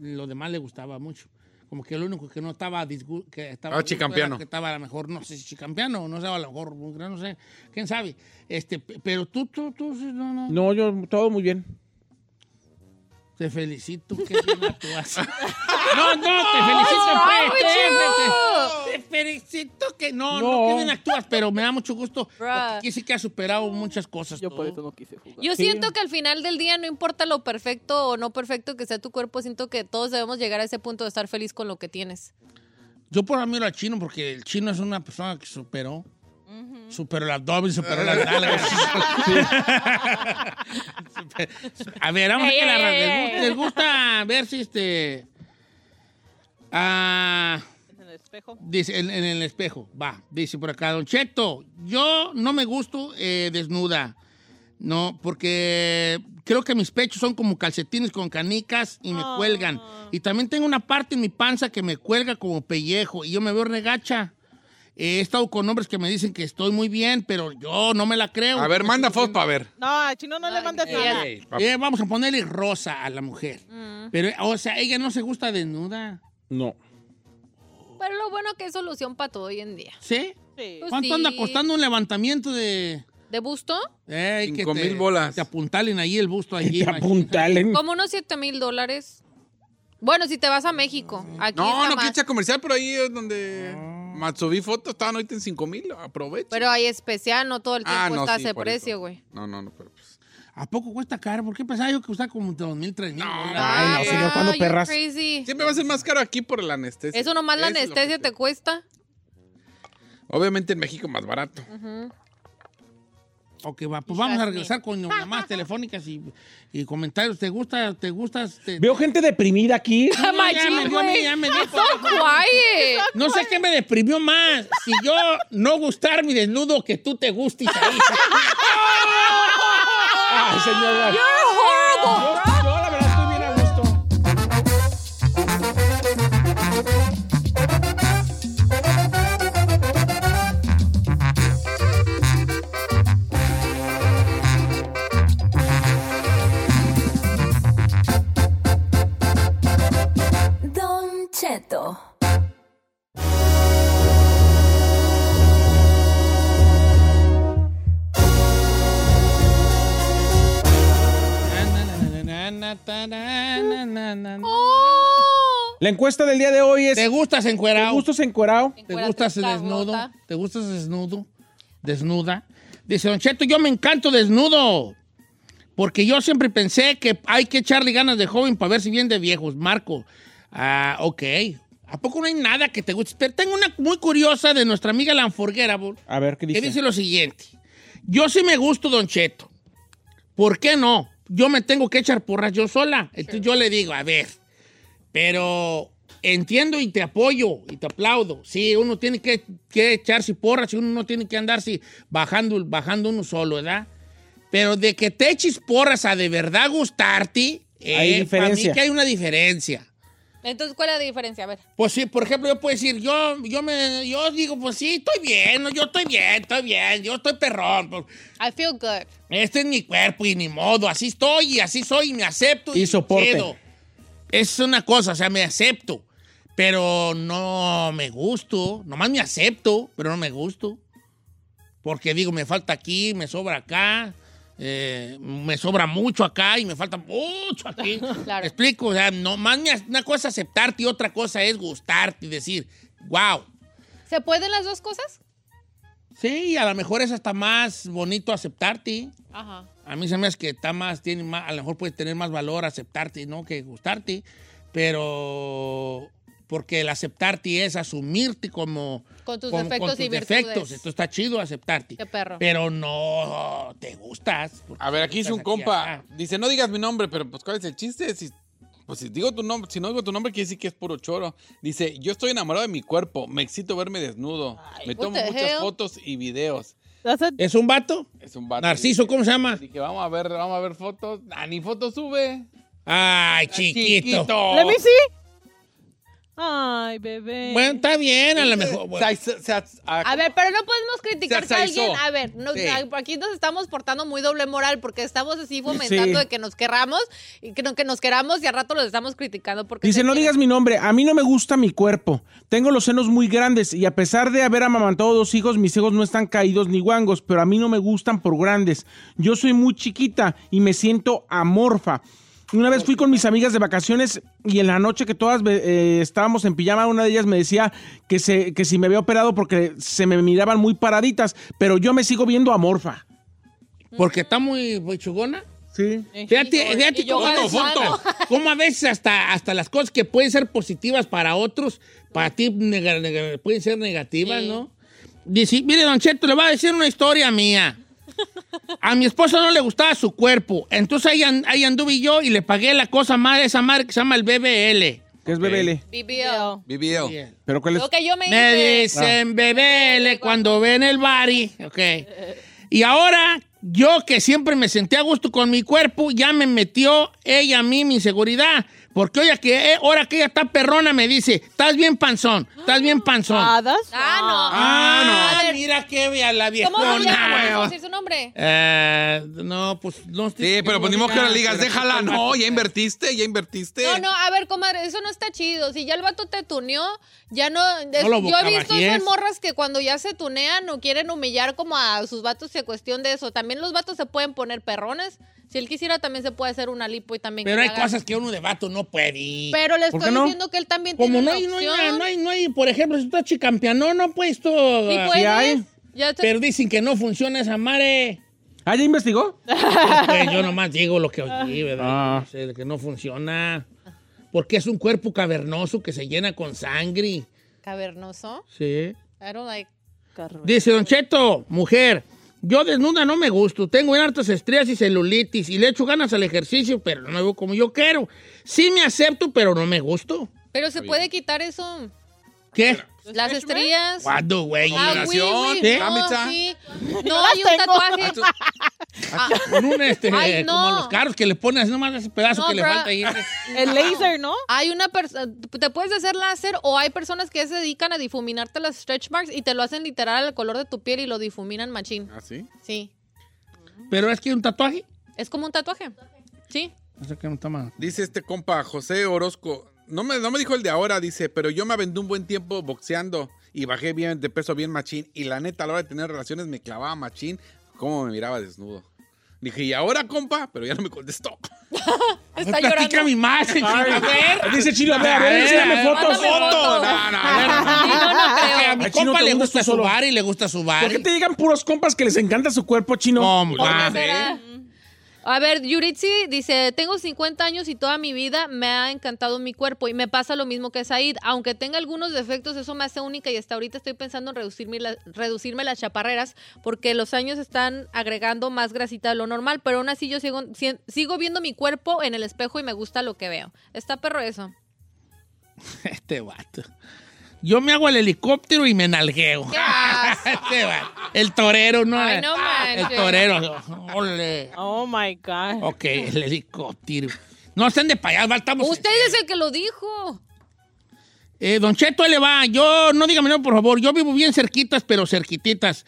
[SPEAKER 2] lo demás le gustaba mucho. Como que lo único que no estaba disgu- que
[SPEAKER 8] Ah,
[SPEAKER 2] estaba disgusto era
[SPEAKER 8] chicampiano.
[SPEAKER 2] que estaba a lo mejor, no sé si chicampiano, no sé, a lo mejor, no sé, quién sabe. Este, pe- pero tú, tú, tú, sí, no, no.
[SPEAKER 4] No, yo todo muy bien.
[SPEAKER 2] Te felicito, qué bien actúas. No, no, te felicito,
[SPEAKER 3] wrong
[SPEAKER 2] pues.
[SPEAKER 3] with
[SPEAKER 2] Te, te- te felicito que no, no,
[SPEAKER 4] No.
[SPEAKER 2] qué bien actúas, pero me da mucho gusto.
[SPEAKER 3] Bruh.
[SPEAKER 2] Porque sí que has superado muchas cosas.
[SPEAKER 7] Yo
[SPEAKER 2] tú.
[SPEAKER 7] por eso no quise jugar.
[SPEAKER 3] Yo siento que al final del día, no importa lo perfecto o no perfecto que sea tu cuerpo, siento que todos debemos llegar a ese punto de estar feliz con lo que tienes.
[SPEAKER 2] Yo por admiro al chino, porque el chino es una persona que superó. Superó el abdomen, superó las nalgas. Super- a ver, vamos a
[SPEAKER 3] Ey,
[SPEAKER 2] ver.
[SPEAKER 3] ey, ey,
[SPEAKER 2] ¿Les, gusta,
[SPEAKER 3] ey.
[SPEAKER 2] les gusta ver si este. Ah.
[SPEAKER 7] En el espejo.
[SPEAKER 2] Dice, en, en el espejo, va, dice por acá, Don Cheto, yo no me gusto eh, desnuda, no, porque creo que mis pechos son como calcetines con canicas y
[SPEAKER 7] Ah.
[SPEAKER 2] me cuelgan. Y también tengo una parte en mi panza que me cuelga como pellejo y yo me veo regacha. Eh, he estado con hombres que me dicen que estoy muy bien, pero yo no me la creo.
[SPEAKER 8] A ver, manda fotos para ver.
[SPEAKER 7] No, a Chino no le mandes nada.
[SPEAKER 8] Ey, pa-
[SPEAKER 2] Eh, vamos a ponerle rosa a la mujer. Pero, o sea, ella no se gusta desnuda.
[SPEAKER 4] No.
[SPEAKER 3] Pero lo bueno que es solución para todo hoy en día.
[SPEAKER 2] ¿Sí?
[SPEAKER 7] Sí.
[SPEAKER 3] Pues
[SPEAKER 2] ¿Cuánto anda
[SPEAKER 3] sí.
[SPEAKER 2] costando un levantamiento de
[SPEAKER 3] ¿De busto?
[SPEAKER 2] Ey, que
[SPEAKER 8] Cinco
[SPEAKER 2] te-
[SPEAKER 8] mil bolas.
[SPEAKER 2] Te apuntalen ahí el busto allí.
[SPEAKER 4] Te
[SPEAKER 2] imagínate.
[SPEAKER 4] apuntalen.
[SPEAKER 3] Como unos 7 mil dólares. Bueno, si te vas a México. Aquí
[SPEAKER 8] No,
[SPEAKER 3] está
[SPEAKER 8] no
[SPEAKER 3] más.
[SPEAKER 8] quicha comercial, pero ahí es donde más subí fotos, estaban ahorita en 5 mil, aprovecha.
[SPEAKER 3] Pero hay especial, no todo el tiempo
[SPEAKER 8] Ah, no,
[SPEAKER 3] está
[SPEAKER 8] sí,
[SPEAKER 3] a ese
[SPEAKER 8] por
[SPEAKER 3] precio,
[SPEAKER 8] eso.
[SPEAKER 3] güey.
[SPEAKER 8] No, no, no, pero pues.
[SPEAKER 2] ¿A poco cuesta caro? ¿Por qué pensaba yo que costaba como 2 mil, 3 mil?
[SPEAKER 4] Ay, no, señor, ¿cuándo
[SPEAKER 3] you're
[SPEAKER 4] perras?
[SPEAKER 3] crazy.
[SPEAKER 8] Siempre va a ser más caro aquí por la anestesia.
[SPEAKER 3] Eso nomás la
[SPEAKER 8] Es lo que-
[SPEAKER 3] anestesia te cuesta.
[SPEAKER 8] Obviamente en México más barato.
[SPEAKER 2] Ok, va, pues vamos a
[SPEAKER 3] Quizás
[SPEAKER 2] regresar con llamadas telefónicas y, y comentarios. ¿Te gusta? ¿Te gustas? Te-
[SPEAKER 4] Veo gente deprimida aquí.
[SPEAKER 2] No, ya me dio, ya me dio por abajo.
[SPEAKER 3] Quiet.
[SPEAKER 2] No sé qué me deprimió más. Si yo no gustar mi desnudo o que tú te gustes ahí.
[SPEAKER 4] Ay,
[SPEAKER 2] ah,
[SPEAKER 4] señora. Yo, yo, la verdad estoy bien a gusto.
[SPEAKER 11] Don Cheto.
[SPEAKER 4] La encuesta del día de hoy es
[SPEAKER 2] ¿Te gustas
[SPEAKER 4] ¿Te
[SPEAKER 2] encuerado?
[SPEAKER 4] gustos encuerado?
[SPEAKER 2] ¿Te gustas
[SPEAKER 3] Encuérdate,
[SPEAKER 2] desnudo?
[SPEAKER 3] cabrota.
[SPEAKER 2] ¿Te gustas desnudo? ¿Desnuda? Dice, Don Cheto, yo me encanto desnudo. Porque yo siempre pensé que hay que echarle ganas de joven para ver si bien de viejos. Marco, ah, ok. ¿A poco no hay nada que te guste? Pero tengo una muy curiosa de nuestra amiga la Unforgettable,
[SPEAKER 4] A ver, ¿qué
[SPEAKER 2] que
[SPEAKER 4] dice?
[SPEAKER 2] dice lo siguiente. Yo sí me gusto, Don Cheto. ¿Por qué no? Yo me tengo que echar porras yo sola. Entonces yo le digo, a ver, pero entiendo y te apoyo y te aplaudo. Sí, uno tiene que, que echarse porras y uno no tiene que andarse bajando, bajando uno solo, ¿verdad? Pero de que te eches porras a de verdad gustarte, eh,
[SPEAKER 4] Hay diferencia.
[SPEAKER 2] para mí que hay una diferencia.
[SPEAKER 3] Entonces, ¿cuál es la diferencia? A ver.
[SPEAKER 2] Pues sí, por ejemplo, yo puedo decir, yo, yo me, yo digo, pues sí, estoy bien, yo estoy bien, estoy bien, yo estoy perrón. pues,
[SPEAKER 3] I feel good.
[SPEAKER 2] este es mi cuerpo y ni modo, así estoy y así soy y me acepto.
[SPEAKER 4] Y soporte.
[SPEAKER 2] chido. Es una cosa, o sea, me acepto, pero no me gusto. Nomás me acepto, pero no me gusto. Porque digo, me falta aquí, me sobra acá, eh, me sobra mucho acá y me falta mucho aquí.
[SPEAKER 3] Claro.
[SPEAKER 2] ¿Me explico? O sea, nomás me ac- una cosa es aceptarte y otra cosa es gustarte y decir, wow.
[SPEAKER 3] ¿Se pueden las dos cosas?
[SPEAKER 2] Sí, a lo mejor es hasta más bonito aceptarte.
[SPEAKER 3] Ajá.
[SPEAKER 2] A mí se me hace que está más, tiene más, a lo mejor puede tener más valor aceptarte, ¿no? Que gustarte, pero porque el aceptarte es asumirte como...
[SPEAKER 3] Con tus
[SPEAKER 2] como-
[SPEAKER 3] defectos y virtudes.
[SPEAKER 2] defectos. Esto está chido aceptarte.
[SPEAKER 3] Qué perro.
[SPEAKER 2] Pero no te gustas. porque
[SPEAKER 8] A ver,
[SPEAKER 2] te
[SPEAKER 8] aquí hice
[SPEAKER 2] gustas
[SPEAKER 8] un compa.
[SPEAKER 2] acá.
[SPEAKER 8] Dice, no digas mi nombre, pero pues ¿cuál es el chiste? Si, pues si digo tu nombre, si no digo tu nombre, quiere decir que es puro choro. Dice, yo estoy enamorado de mi cuerpo, me excito verme desnudo. me
[SPEAKER 3] what
[SPEAKER 8] tomo
[SPEAKER 3] the
[SPEAKER 8] muchas
[SPEAKER 3] hell?
[SPEAKER 8] fotos y videos.
[SPEAKER 7] That's a-
[SPEAKER 2] ¿Es un vato?
[SPEAKER 8] Es un vato.
[SPEAKER 2] Narciso, ¿cómo se llama?
[SPEAKER 8] Dije, vamos a ver, vamos a ver fotos. Ah, ni fotos sube.
[SPEAKER 2] Ay, chiquito.
[SPEAKER 7] Let me see. Ay, bebé.
[SPEAKER 2] Bueno, está bien, a lo mejor. bueno.
[SPEAKER 8] Se- se- se-
[SPEAKER 3] A ver, pero no podemos criticar
[SPEAKER 8] Se
[SPEAKER 3] a alguien.
[SPEAKER 8] asaizó.
[SPEAKER 3] A ver, no-
[SPEAKER 8] Sí.
[SPEAKER 3] a- aquí nos estamos portando muy doble moral porque estamos así fomentando
[SPEAKER 4] Sí.
[SPEAKER 3] de que nos querramos y que, no- que nos queramos y al rato los estamos criticando porque.
[SPEAKER 4] Dice,
[SPEAKER 3] se
[SPEAKER 4] no
[SPEAKER 3] quieren".
[SPEAKER 4] digas mi nombre, a mí no me gusta mi cuerpo. Tengo los senos muy grandes y a pesar de haber amamantado dos hijos, mis hijos no están caídos ni guangos, pero a mí no me gustan por grandes. Yo soy muy chiquita y me siento amorfa. Una vez fui con mis amigas de vacaciones y en la noche que todas eh, estábamos en pijama, una de ellas me decía que, se, que si me había operado porque se me miraban muy paraditas, pero yo me sigo viendo amorfa.
[SPEAKER 2] Porque está muy muy chugona.
[SPEAKER 4] Sí.
[SPEAKER 2] Fíjate,
[SPEAKER 3] Y yo-
[SPEAKER 2] fíjate
[SPEAKER 3] y yo
[SPEAKER 2] cómo,
[SPEAKER 3] foto,
[SPEAKER 2] cómo- cómo a veces hasta, hasta las cosas que pueden ser positivas para otros, para ti nega- nega- pueden ser negativas,
[SPEAKER 3] Sí.
[SPEAKER 2] ¿no? Dice, mire, don Cheto, le voy a decir una historia mía. A mi esposa no le gustaba su cuerpo, entonces ahí, an- ahí anduve yo y le pagué la cosa más esa madre que se llama el BBL.
[SPEAKER 4] Que es BBL.
[SPEAKER 3] BBL.
[SPEAKER 8] video.
[SPEAKER 2] Bien.
[SPEAKER 4] Pero ¿cuál es?
[SPEAKER 3] Lo que yo me
[SPEAKER 2] Me
[SPEAKER 3] hice. Ah.
[SPEAKER 2] dicen BBL cuando ven el bari, ok. Y ahora, yo que siempre me senté a gusto con mi cuerpo, ya me metió ella a mí mi inseguridad. Porque oye que, eh, ahora que ella está perrona, me dice, estás bien panzón, estás bien panzón.
[SPEAKER 7] Ah, no.
[SPEAKER 2] Ah, no. Mira que vea la
[SPEAKER 3] ¿Cómo voy a
[SPEAKER 2] viejona.
[SPEAKER 3] decir su nombre?
[SPEAKER 2] Eh, no, pues no
[SPEAKER 8] Sí, pero ponimos que la ligas,
[SPEAKER 2] Pero- pues,
[SPEAKER 8] déjala. No, ya invertiste, ya invertiste.
[SPEAKER 3] No, no, a ver, comadre, eso no está chido. Si ya el vato te tuneó, ya no. es-
[SPEAKER 8] lo
[SPEAKER 3] yo he visto eso
[SPEAKER 8] bocabajíes.
[SPEAKER 3] en morras que cuando ya se tunean o quieren humillar como a sus vatos se cuestión de eso. También los vatos se pueden poner perrones. Si él quisiera, también se puede hacer una lipo y también.
[SPEAKER 2] Pero
[SPEAKER 3] que
[SPEAKER 2] hay
[SPEAKER 3] le hagan.
[SPEAKER 2] cosas que uno de vato no puede.
[SPEAKER 3] Pero le
[SPEAKER 2] ¿Por
[SPEAKER 3] estoy
[SPEAKER 2] qué no?
[SPEAKER 3] diciendo que él también
[SPEAKER 2] Como
[SPEAKER 3] tiene
[SPEAKER 2] no
[SPEAKER 3] una
[SPEAKER 2] hay, no hay,
[SPEAKER 3] opción.
[SPEAKER 2] no hay, no hay, por ejemplo, si tú estás chicampeano, no puedes tú.
[SPEAKER 3] Sí,
[SPEAKER 2] ah,
[SPEAKER 3] puedes.
[SPEAKER 2] sí hay.
[SPEAKER 3] Ya te-
[SPEAKER 2] Pero dicen que no funciona esa madre.
[SPEAKER 4] ¿Ah, ya investigó?
[SPEAKER 2] Pues yo nomás digo lo que oí, ¿verdad?
[SPEAKER 4] Ah.
[SPEAKER 2] No sé, lo que no funciona. Porque es un cuerpo cavernoso que se llena con sangre.
[SPEAKER 3] Cavernoso.
[SPEAKER 2] Sí.
[SPEAKER 3] I don't like.
[SPEAKER 2] Dice Don Cheto, mujer, yo desnuda no me gusto, tengo hartas estrías y celulitis y le echo ganas al ejercicio, pero no hago como yo quiero. Sí me acepto, pero no me gusto.
[SPEAKER 3] Pero se puede quitar eso.
[SPEAKER 2] ¿Qué?
[SPEAKER 3] Las estrías.
[SPEAKER 2] ¿Cuándo, güey?
[SPEAKER 3] Ah, oui, oui,
[SPEAKER 2] ¿Eh?
[SPEAKER 3] no, sí. No,
[SPEAKER 7] las
[SPEAKER 3] hay un
[SPEAKER 2] Ah,
[SPEAKER 3] tatuaje.
[SPEAKER 2] Con un este,
[SPEAKER 3] Ay, no.
[SPEAKER 2] como los carros que le ponen así nomás ese pedazo
[SPEAKER 3] No,
[SPEAKER 2] que le
[SPEAKER 3] bro.
[SPEAKER 2] falta ahí.
[SPEAKER 7] El laser, ¿no?
[SPEAKER 3] Hay una persona, te puedes hacer láser o hay personas que se dedican a difuminarte las stretch marks y te lo hacen literal al color de tu piel y lo difuminan machín.
[SPEAKER 2] ¿Ah, sí?
[SPEAKER 3] Sí.
[SPEAKER 2] Pero es que un tatuaje.
[SPEAKER 3] Es como un tatuaje. Sí.
[SPEAKER 2] O sea, que no está mal.
[SPEAKER 8] Dice este compa José Orozco. No me, no me dijo el de ahora, dice, pero yo me aventé un buen tiempo boxeando y bajé bien de peso bien machín. Y la neta, a la hora de tener relaciones me clavaba machín, cómo me miraba desnudo. Dije, ¿y ahora, compa? Pero ya no me contestó.
[SPEAKER 3] Está
[SPEAKER 2] Platícame más, Chilo, a ver.
[SPEAKER 4] Dice Chilo, a ver, a ver, enséñame fotos.
[SPEAKER 2] fotos. No, no, a ver. Porque a mi
[SPEAKER 4] Ay, Chino,
[SPEAKER 2] compa
[SPEAKER 4] te
[SPEAKER 2] le
[SPEAKER 4] hundes tú
[SPEAKER 2] gusta su
[SPEAKER 4] solo.
[SPEAKER 2] bar y le gusta su bar.
[SPEAKER 4] ¿Por qué te llegan puros compas que les encanta su cuerpo chino?
[SPEAKER 3] A ver, Yuritsi dice, tengo 50 años y toda mi vida me ha encantado mi cuerpo y me pasa lo mismo que Said. Aunque tenga algunos defectos, eso me hace única y hasta ahorita estoy pensando en reducir mi la- reducirme las chaparreras porque los años están agregando más grasita de lo normal, pero aún así yo sigo, si- sigo viendo mi cuerpo en el espejo y me gusta lo que veo. Está perro eso.
[SPEAKER 2] Este vato. Yo me hago el helicóptero y me nalgueo. este vato. El torero, ¿no?
[SPEAKER 7] Ay, no
[SPEAKER 2] el
[SPEAKER 7] manches.
[SPEAKER 2] torero. Ole.
[SPEAKER 7] Oh my God.
[SPEAKER 2] Ok, el helicóptero. No estén de payas, estamos.
[SPEAKER 3] Usted es el que lo dijo.
[SPEAKER 2] Eh, don Cheto, ahí le va. Yo, no dígame no, por favor. Yo vivo bien cerquitas, pero cerquititas.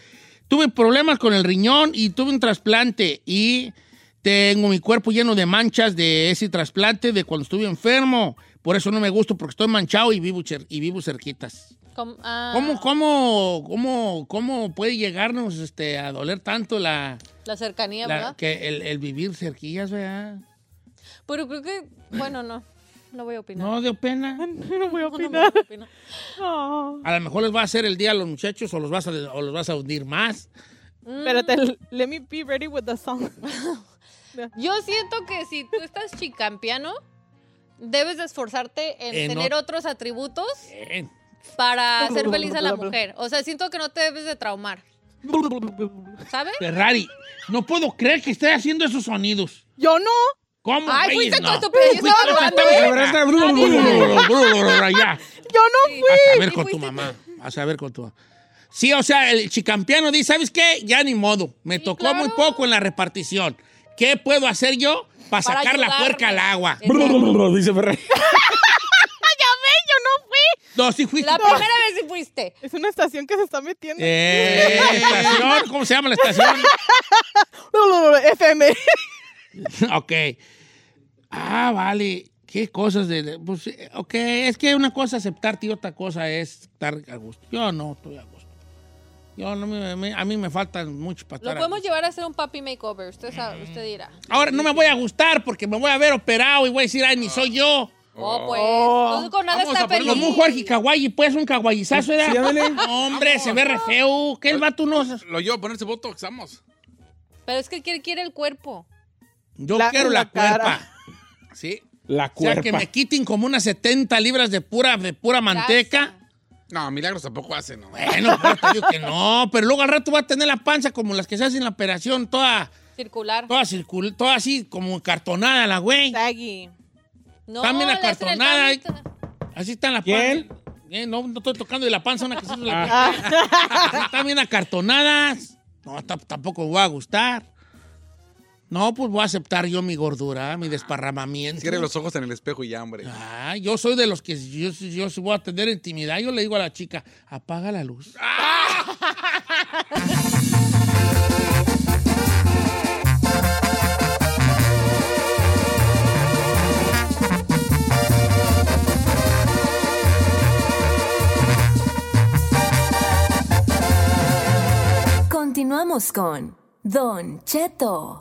[SPEAKER 2] Tuve problemas con el riñón y tuve un trasplante. Y tengo mi cuerpo lleno de manchas de ese trasplante de cuando estuve enfermo. Por eso no me gusto, porque estoy manchado y vivo, cer- y vivo cerquitas.
[SPEAKER 3] Com- ah,
[SPEAKER 2] ¿Cómo, cómo, cómo, cómo puede llegarnos este, a doler tanto la,
[SPEAKER 3] La cercanía,
[SPEAKER 2] la-
[SPEAKER 3] ¿verdad?
[SPEAKER 2] que el, el vivir cerquillas, verdad?
[SPEAKER 3] Pero creo que, bueno, no. No voy a opinar.
[SPEAKER 2] No dio pena.
[SPEAKER 7] No voy a
[SPEAKER 3] No voy a
[SPEAKER 7] opinar.
[SPEAKER 3] opinar.
[SPEAKER 7] No.
[SPEAKER 2] A lo mejor les va a hacer el día a los muchachos o los vas a, o los vas a hundir más.
[SPEAKER 3] Mm.
[SPEAKER 7] Espérate, let me be ready with the song.
[SPEAKER 3] Yo siento que si tú estás chicampiano, debes de esforzarte en
[SPEAKER 2] Eh, no.
[SPEAKER 3] tener otros atributos
[SPEAKER 2] Bien.
[SPEAKER 3] para hacer feliz a la mujer. O sea, siento que no te debes de traumar, ¿sabes?
[SPEAKER 2] Ferrari, no puedo creer que esté haciendo esos sonidos.
[SPEAKER 7] Yo no.
[SPEAKER 2] ¿Cómo?
[SPEAKER 3] Ay,
[SPEAKER 2] güeyes?
[SPEAKER 3] fuiste
[SPEAKER 2] No.
[SPEAKER 3] con tu preciso
[SPEAKER 2] Fuiste con
[SPEAKER 3] hablando,
[SPEAKER 2] tu
[SPEAKER 3] ¿eh?
[SPEAKER 2] mamá. Ya.
[SPEAKER 7] Yo no fui.
[SPEAKER 2] A saber con tu mamá. A saber con tu Sí, o sea, el chicampiano dice, ¿sabes qué? Ya ni modo. Me tocó muy poco en la repartición. ¿Qué puedo hacer yo para
[SPEAKER 3] Para
[SPEAKER 2] sacar la
[SPEAKER 3] ayudarme.
[SPEAKER 2] puerca al agua?
[SPEAKER 4] Dice Ferrari.
[SPEAKER 7] Ya ve, yo no fui.
[SPEAKER 2] No, sí fuiste.
[SPEAKER 3] La primera vez sí fuiste.
[SPEAKER 7] Es una estación que se está metiendo.
[SPEAKER 2] Eh, estación, ¿cómo se llama la estación?
[SPEAKER 7] FM.
[SPEAKER 2] ok. Ah, vale. Qué cosas de... Pues, eh, ok, es que una cosa es aceptarte y otra cosa es estar a gusto. Yo no estoy a gusto. Yo no me- me- a mí me faltan muchos para
[SPEAKER 3] Lo
[SPEAKER 2] estar a
[SPEAKER 3] podemos
[SPEAKER 2] gusto.
[SPEAKER 3] llevar a hacer un papi makeover, usted sabe, usted dirá.
[SPEAKER 2] Ahora no me voy a gustar porque me voy a ver operado y voy a decir, ay, ni soy yo.
[SPEAKER 3] Ah. Oh, pues, entonces con nada
[SPEAKER 8] Vamos
[SPEAKER 3] está
[SPEAKER 8] a ponerlo
[SPEAKER 3] feliz.
[SPEAKER 2] Como un Jorge Kawaii, pues un kawaiizazo era.
[SPEAKER 4] Sí, ándale.
[SPEAKER 2] No, hombre, se ve re feo. ¿Qué el vato no?
[SPEAKER 8] Lo llevo a ponerse botox, vamos.
[SPEAKER 3] Pero es que él quiere el cuerpo.
[SPEAKER 2] Yo
[SPEAKER 7] La-
[SPEAKER 2] quiero la,
[SPEAKER 7] la cara.
[SPEAKER 2] cuerpa.
[SPEAKER 8] Sí.
[SPEAKER 4] La
[SPEAKER 2] O sea,
[SPEAKER 4] cuerpa.
[SPEAKER 2] que me quiten como unas 70 libras de pura, de pura manteca.
[SPEAKER 8] No, milagros tampoco hace, ¿no?
[SPEAKER 2] Bueno, pero te digo que no, pero luego al rato va a tener la panza como las que se hacen en la operación, toda,
[SPEAKER 3] Circular.
[SPEAKER 2] toda, circul- toda así como cartonada la güey.
[SPEAKER 7] Saggy.
[SPEAKER 3] No,
[SPEAKER 2] también
[SPEAKER 3] le hacen el
[SPEAKER 2] acartonada.
[SPEAKER 3] cambio.
[SPEAKER 2] ¿eh? Así está en la
[SPEAKER 4] ¿Quién?
[SPEAKER 2] panza. Eh, no, no estoy tocando de la panza una que se hizo la Así están bien acartonadas. No, ta- tampoco me va a gustar. No, pues voy a aceptar yo mi gordura, mi desparramamiento.
[SPEAKER 8] Cierre los ojos en el espejo y ya, hombre.
[SPEAKER 2] Ah, yo soy de los que yo, yo sí voy a tener intimidad. Yo le digo a la chica, apaga la luz.
[SPEAKER 11] Continuamos con Don Cheto.